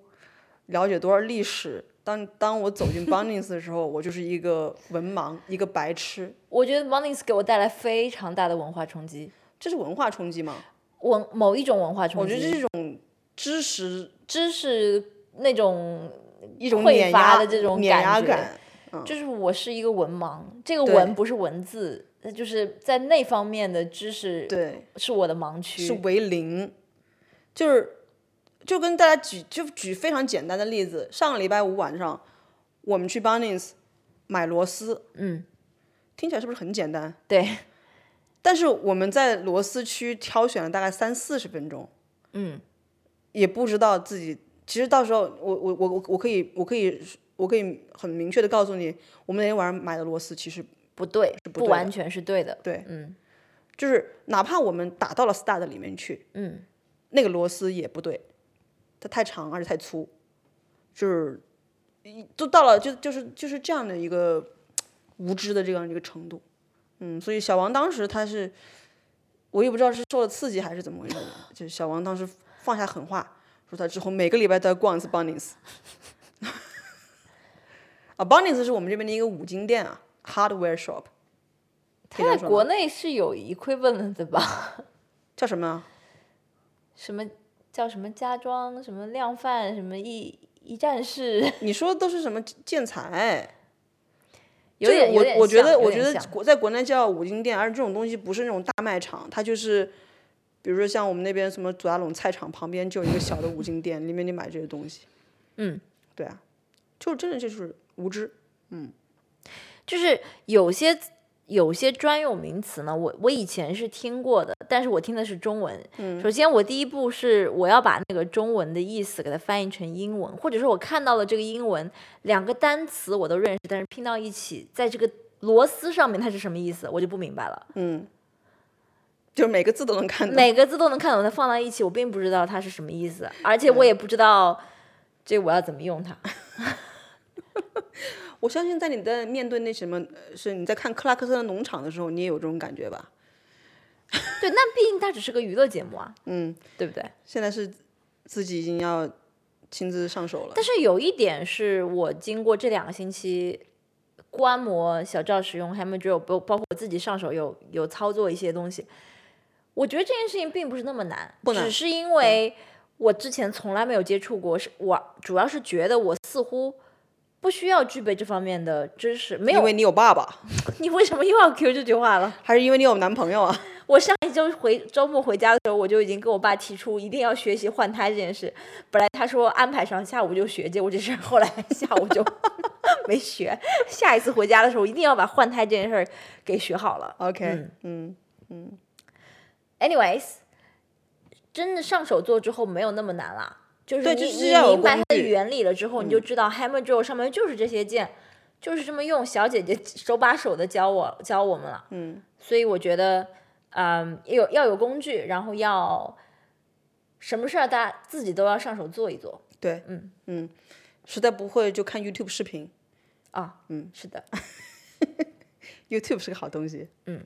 Speaker 1: 了解多少历史。当当我走进 Bunnings 的时候，我就是一个文盲，一个白痴。
Speaker 2: 我觉得 Mornings 给我带来非常大的文化冲击，
Speaker 1: 这是文化冲击吗？
Speaker 2: 文某一种文化冲
Speaker 1: 我
Speaker 2: 击。
Speaker 1: 觉得这是一种知识
Speaker 2: 知识那种
Speaker 1: 一种
Speaker 2: 匮
Speaker 1: 碾
Speaker 2: 乏
Speaker 1: 压
Speaker 2: 的这种
Speaker 1: 碾压
Speaker 2: 感觉
Speaker 1: 感。
Speaker 2: 就是我是一个文盲，这个
Speaker 1: 嗯对
Speaker 2: 文不是文字，那就是在那方面的知识
Speaker 1: 对，
Speaker 2: 是我的盲区。
Speaker 1: 是为零，就是就跟大家举就举非常简单的例子，上个礼拜五晚上我们去 Bunnings 买螺丝，
Speaker 2: 嗯，
Speaker 1: 听起来是不是很简单？
Speaker 2: 对，
Speaker 1: 但是我们在螺丝区挑选了大概三四十分钟，
Speaker 2: 嗯，
Speaker 1: 也不知道自己。其实到时候我我我我我可以我可以我可以很明确的告诉你，我们那天晚上买的螺丝其实
Speaker 2: 不对，
Speaker 1: 不
Speaker 2: 不
Speaker 1: 对的
Speaker 2: 完全是对的。
Speaker 1: 对
Speaker 2: 嗯
Speaker 1: 就是哪怕我们打到了 stud 里面去，
Speaker 2: 嗯，
Speaker 1: 那个螺丝也不对，它太长而且太粗，就是一都到了就就是就是这样的一个无知的这样一个程度，嗯，所以小王当时他是，我也不知道是受了刺激还是怎么回事，就是小王当时放下狠话，说他之后每个礼拜都要逛一次 Bunnings，啊，Bunnings 是我们这边的一个五金店啊，hardware shop，可
Speaker 2: 它
Speaker 1: 以这
Speaker 2: 在
Speaker 1: 样说吗
Speaker 2: 国内是有 equivalent 的吧？
Speaker 1: 叫什么啊？
Speaker 2: 什么叫什么家装，什么量贩，什么一一站式， *laughs*
Speaker 1: 你说的都是什么建材？
Speaker 2: 有点有
Speaker 1: 我
Speaker 2: 点
Speaker 1: 我觉
Speaker 2: 像
Speaker 1: 得
Speaker 2: 有
Speaker 1: 我觉
Speaker 2: 点
Speaker 1: 得
Speaker 2: 像
Speaker 1: 国在国内叫五金店，而且这种东西不是那种大卖场，它就是，比如说像我们那边什么左家垄菜场旁边就有一个小的五金店，里面你买这些东西。
Speaker 2: 嗯，
Speaker 1: 对啊，就真的就是无知。
Speaker 2: 就是有些有些专用名词呢，我我以前是听过的，但是我听的是中文。嗯，首先我第一步是我要把那个中文的意思给它翻译成英文，或者是我看到了这个英文两个单词我都认识，但是拼到一起，在这个螺丝上面它是什么意思，我就不明白了。
Speaker 1: 嗯，就是每个字都能看懂。
Speaker 2: 每个字都能看懂，它放到一起，我并不知道它是什么意思，而且我也不知道这我要怎么用它。
Speaker 1: 我相信在你在面对那什么，呃是你在看克拉克森的农场的时候，你也有这种感觉吧？
Speaker 2: 对，那毕竟它只是个娱乐节目啊，
Speaker 1: 嗯，
Speaker 2: 对不对？
Speaker 1: 现在是自己已经要亲自上手了
Speaker 2: 但。是有一点是我经过这两个星期观摩小赵使用 Hammer Drill，包包括我自己上手有有操作一些东西，我觉得这件事情并不是那么难，
Speaker 1: 不难嗯
Speaker 2: 只是因为我之前从来没有接触过，是我主要是觉得我似乎。不需要具备这方面的知识，没
Speaker 1: 因
Speaker 2: 有
Speaker 1: 为你有爸爸，
Speaker 2: *laughs* 你为什么又要 Q 这句话了？
Speaker 1: 还是因为你有男朋友啊？
Speaker 2: 我上一周回周末回家的时候，我就已经跟我爸提出一定要学习换胎这件事。本来他说安排上下午就学，结果这事儿后来 *laughs* 下午就没学。下一次回家的时候，一定要把换胎这件事儿给学好了。
Speaker 1: OK，
Speaker 2: 嗯
Speaker 1: 嗯
Speaker 2: Anyways，真的上手做之后没有那么难啦，就是
Speaker 1: 对
Speaker 2: 你
Speaker 1: 就是
Speaker 2: 你
Speaker 1: 要有嗯
Speaker 2: 明白它
Speaker 1: 工
Speaker 2: 的
Speaker 1: 具
Speaker 2: 原理了之后，你就知道 hammer drill 上面就是这些键，就是这么用。小姐姐手把手的教我教我们了。
Speaker 1: 嗯，
Speaker 2: 所以我觉得，嗯，要有要有工具，然后要什么事儿大家自己都要上手做一做
Speaker 1: 对，
Speaker 2: 嗯
Speaker 1: 嗯，实在不会就看 YouTube 视频
Speaker 2: 啊。嗯，是的，
Speaker 1: ，YouTube 是个好东西。
Speaker 2: 嗯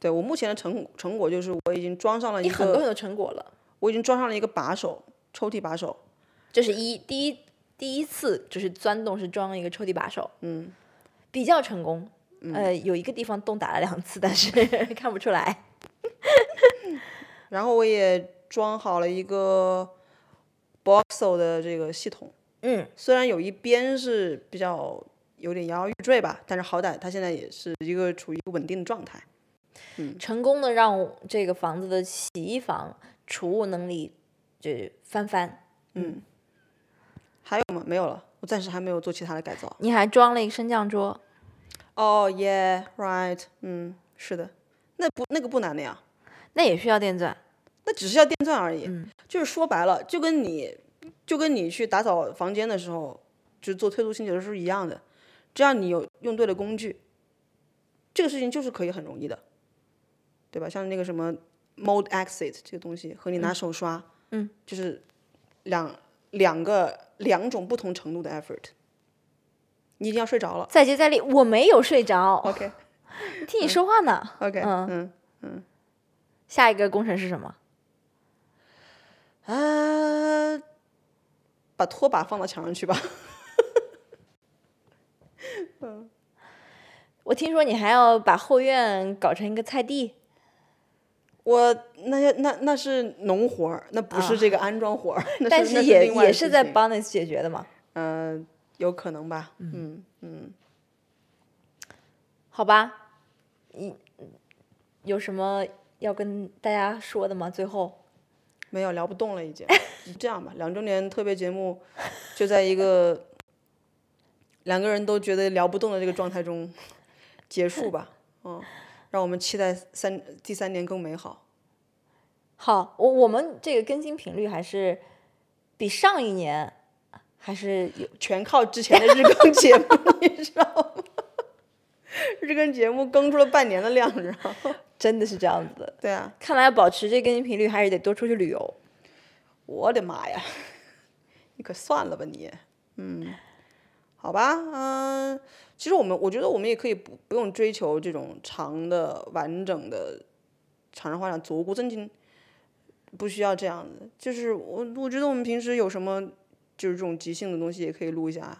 Speaker 1: 对我目前的成成果就是我已经装上了一
Speaker 2: 你很多很
Speaker 1: 个，
Speaker 2: 多成果了，
Speaker 1: 我已经装上了一个把手，抽屉把手。
Speaker 2: 这是一第一第一次就是钻洞是装一个抽屉把手，
Speaker 1: 嗯，
Speaker 2: 比较成功。呃，有一个地方洞打了两次，但是 *laughs* 看不出来。
Speaker 1: 然后我也装好了一个 Boxo 的这个系统，
Speaker 2: 嗯，
Speaker 1: 虽然有一边是比较有点摇摇欲坠吧，但是好歹它现在也是一个处于一个稳定的状态。嗯
Speaker 2: 成功的让这个房子的洗衣房储物能力就是翻番。
Speaker 1: 还有吗？没有了，我暂时还没有做其他的改造。
Speaker 2: 你还装了一个升降桌，
Speaker 1: 哦、y e a h right，嗯，是的，那不那个不难的呀，
Speaker 2: 那也需要电钻。
Speaker 1: 那只是要电钻而已。就是说白了，就跟你就跟你去打扫房间的时候，就做推土清洁的时候一样的，只要你有用对了工具，这个事情就是可以很容易的，对吧？像那个什么 mold exit 这个东西，和你拿手刷，
Speaker 2: 嗯，
Speaker 1: 就是两两个两种不同程度的 effort。你已经要睡着了
Speaker 2: 再接再厉，我没有睡着，
Speaker 1: ，OK
Speaker 2: 听你说话呢。
Speaker 1: OK，
Speaker 2: 嗯
Speaker 1: 嗯
Speaker 2: 下一个工程是什么？
Speaker 1: 呃，嗯啊把拖把放到墙上去吧。
Speaker 2: 我听说你还要把后院搞成一个菜地，
Speaker 1: 我那要那那是农活儿，那不是这个安装活儿，那
Speaker 2: 啊但
Speaker 1: 是那
Speaker 2: 也
Speaker 1: 另外的
Speaker 2: 也
Speaker 1: 事
Speaker 2: 是在
Speaker 1: 情
Speaker 2: 帮 o 解决的嘛。
Speaker 1: 呃，有可能吧，嗯嗯，
Speaker 2: 好吧，你有什么要跟大家说的吗？最后，
Speaker 1: 没有聊不动了已经。这样吧，两周年特别节目就在一个两个人都觉得聊不动的这个状态中结束吧，嗯，让我们期待三第三年更美好。
Speaker 2: 好，我我们这个更新频率还是比上一年还是有
Speaker 1: 全靠之前的日
Speaker 2: *laughs*
Speaker 1: 更节目，你知道吗？日更节目更出了半年的量，你知道吗？
Speaker 2: 真的是这样子的。
Speaker 1: 对啊，
Speaker 2: 看来要保持这更新频率，还是得多出去旅游。
Speaker 1: 我的妈呀，你可算了吧你，嗯，好吧，嗯、其实我们我觉得我们也可以不不用追求这种长的完整的场上话讲，左顾真经，不需要这样子。就是我我觉得我们平时有什么就是这种即兴的东西也可以录一下呀，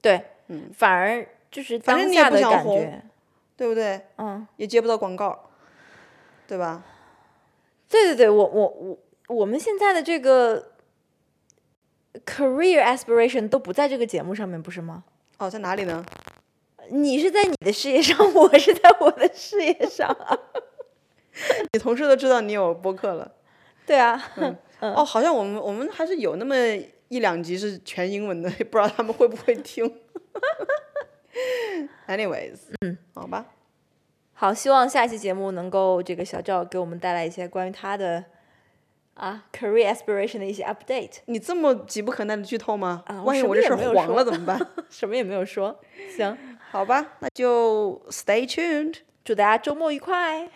Speaker 2: 对，嗯，反而就是
Speaker 1: 反
Speaker 2: 当
Speaker 1: 正你也
Speaker 2: 下
Speaker 1: 不
Speaker 2: 的
Speaker 1: 想
Speaker 2: 感
Speaker 1: 红
Speaker 2: 觉，
Speaker 1: 对不对？
Speaker 2: 嗯，
Speaker 1: 也接不到广告，对吧？
Speaker 2: 对对对，我我我我们现在的这个 career aspiration 都不在这个节目上面，不是吗？
Speaker 1: 哦，在哪里呢？ *laughs*
Speaker 2: 你是在你的事业上， *laughs* 我是在我的事业上啊。
Speaker 1: 你同事都知道你有播客了。
Speaker 2: 对啊，
Speaker 1: 哦，好像我们我们还是有那么一两集是全英文的，也不知道他们会不会听。Anyways，嗯，好吧，
Speaker 2: 好，希望下一期节目能够这个小赵给我们带来一些关于他的啊 career aspiration 的一些 update。
Speaker 1: 你这么急不可耐的剧透吗？
Speaker 2: 啊我
Speaker 1: 万一
Speaker 2: 什
Speaker 1: 我
Speaker 2: 么
Speaker 1: 这
Speaker 2: 也
Speaker 1: 事
Speaker 2: 没有
Speaker 1: 儿黄
Speaker 2: 说
Speaker 1: 了怎么办？
Speaker 2: *laughs*
Speaker 1: *laughs*
Speaker 2: 什么也没有说，行，
Speaker 1: 好吧，那就 Stay tuned。
Speaker 2: 祝大家周末愉快。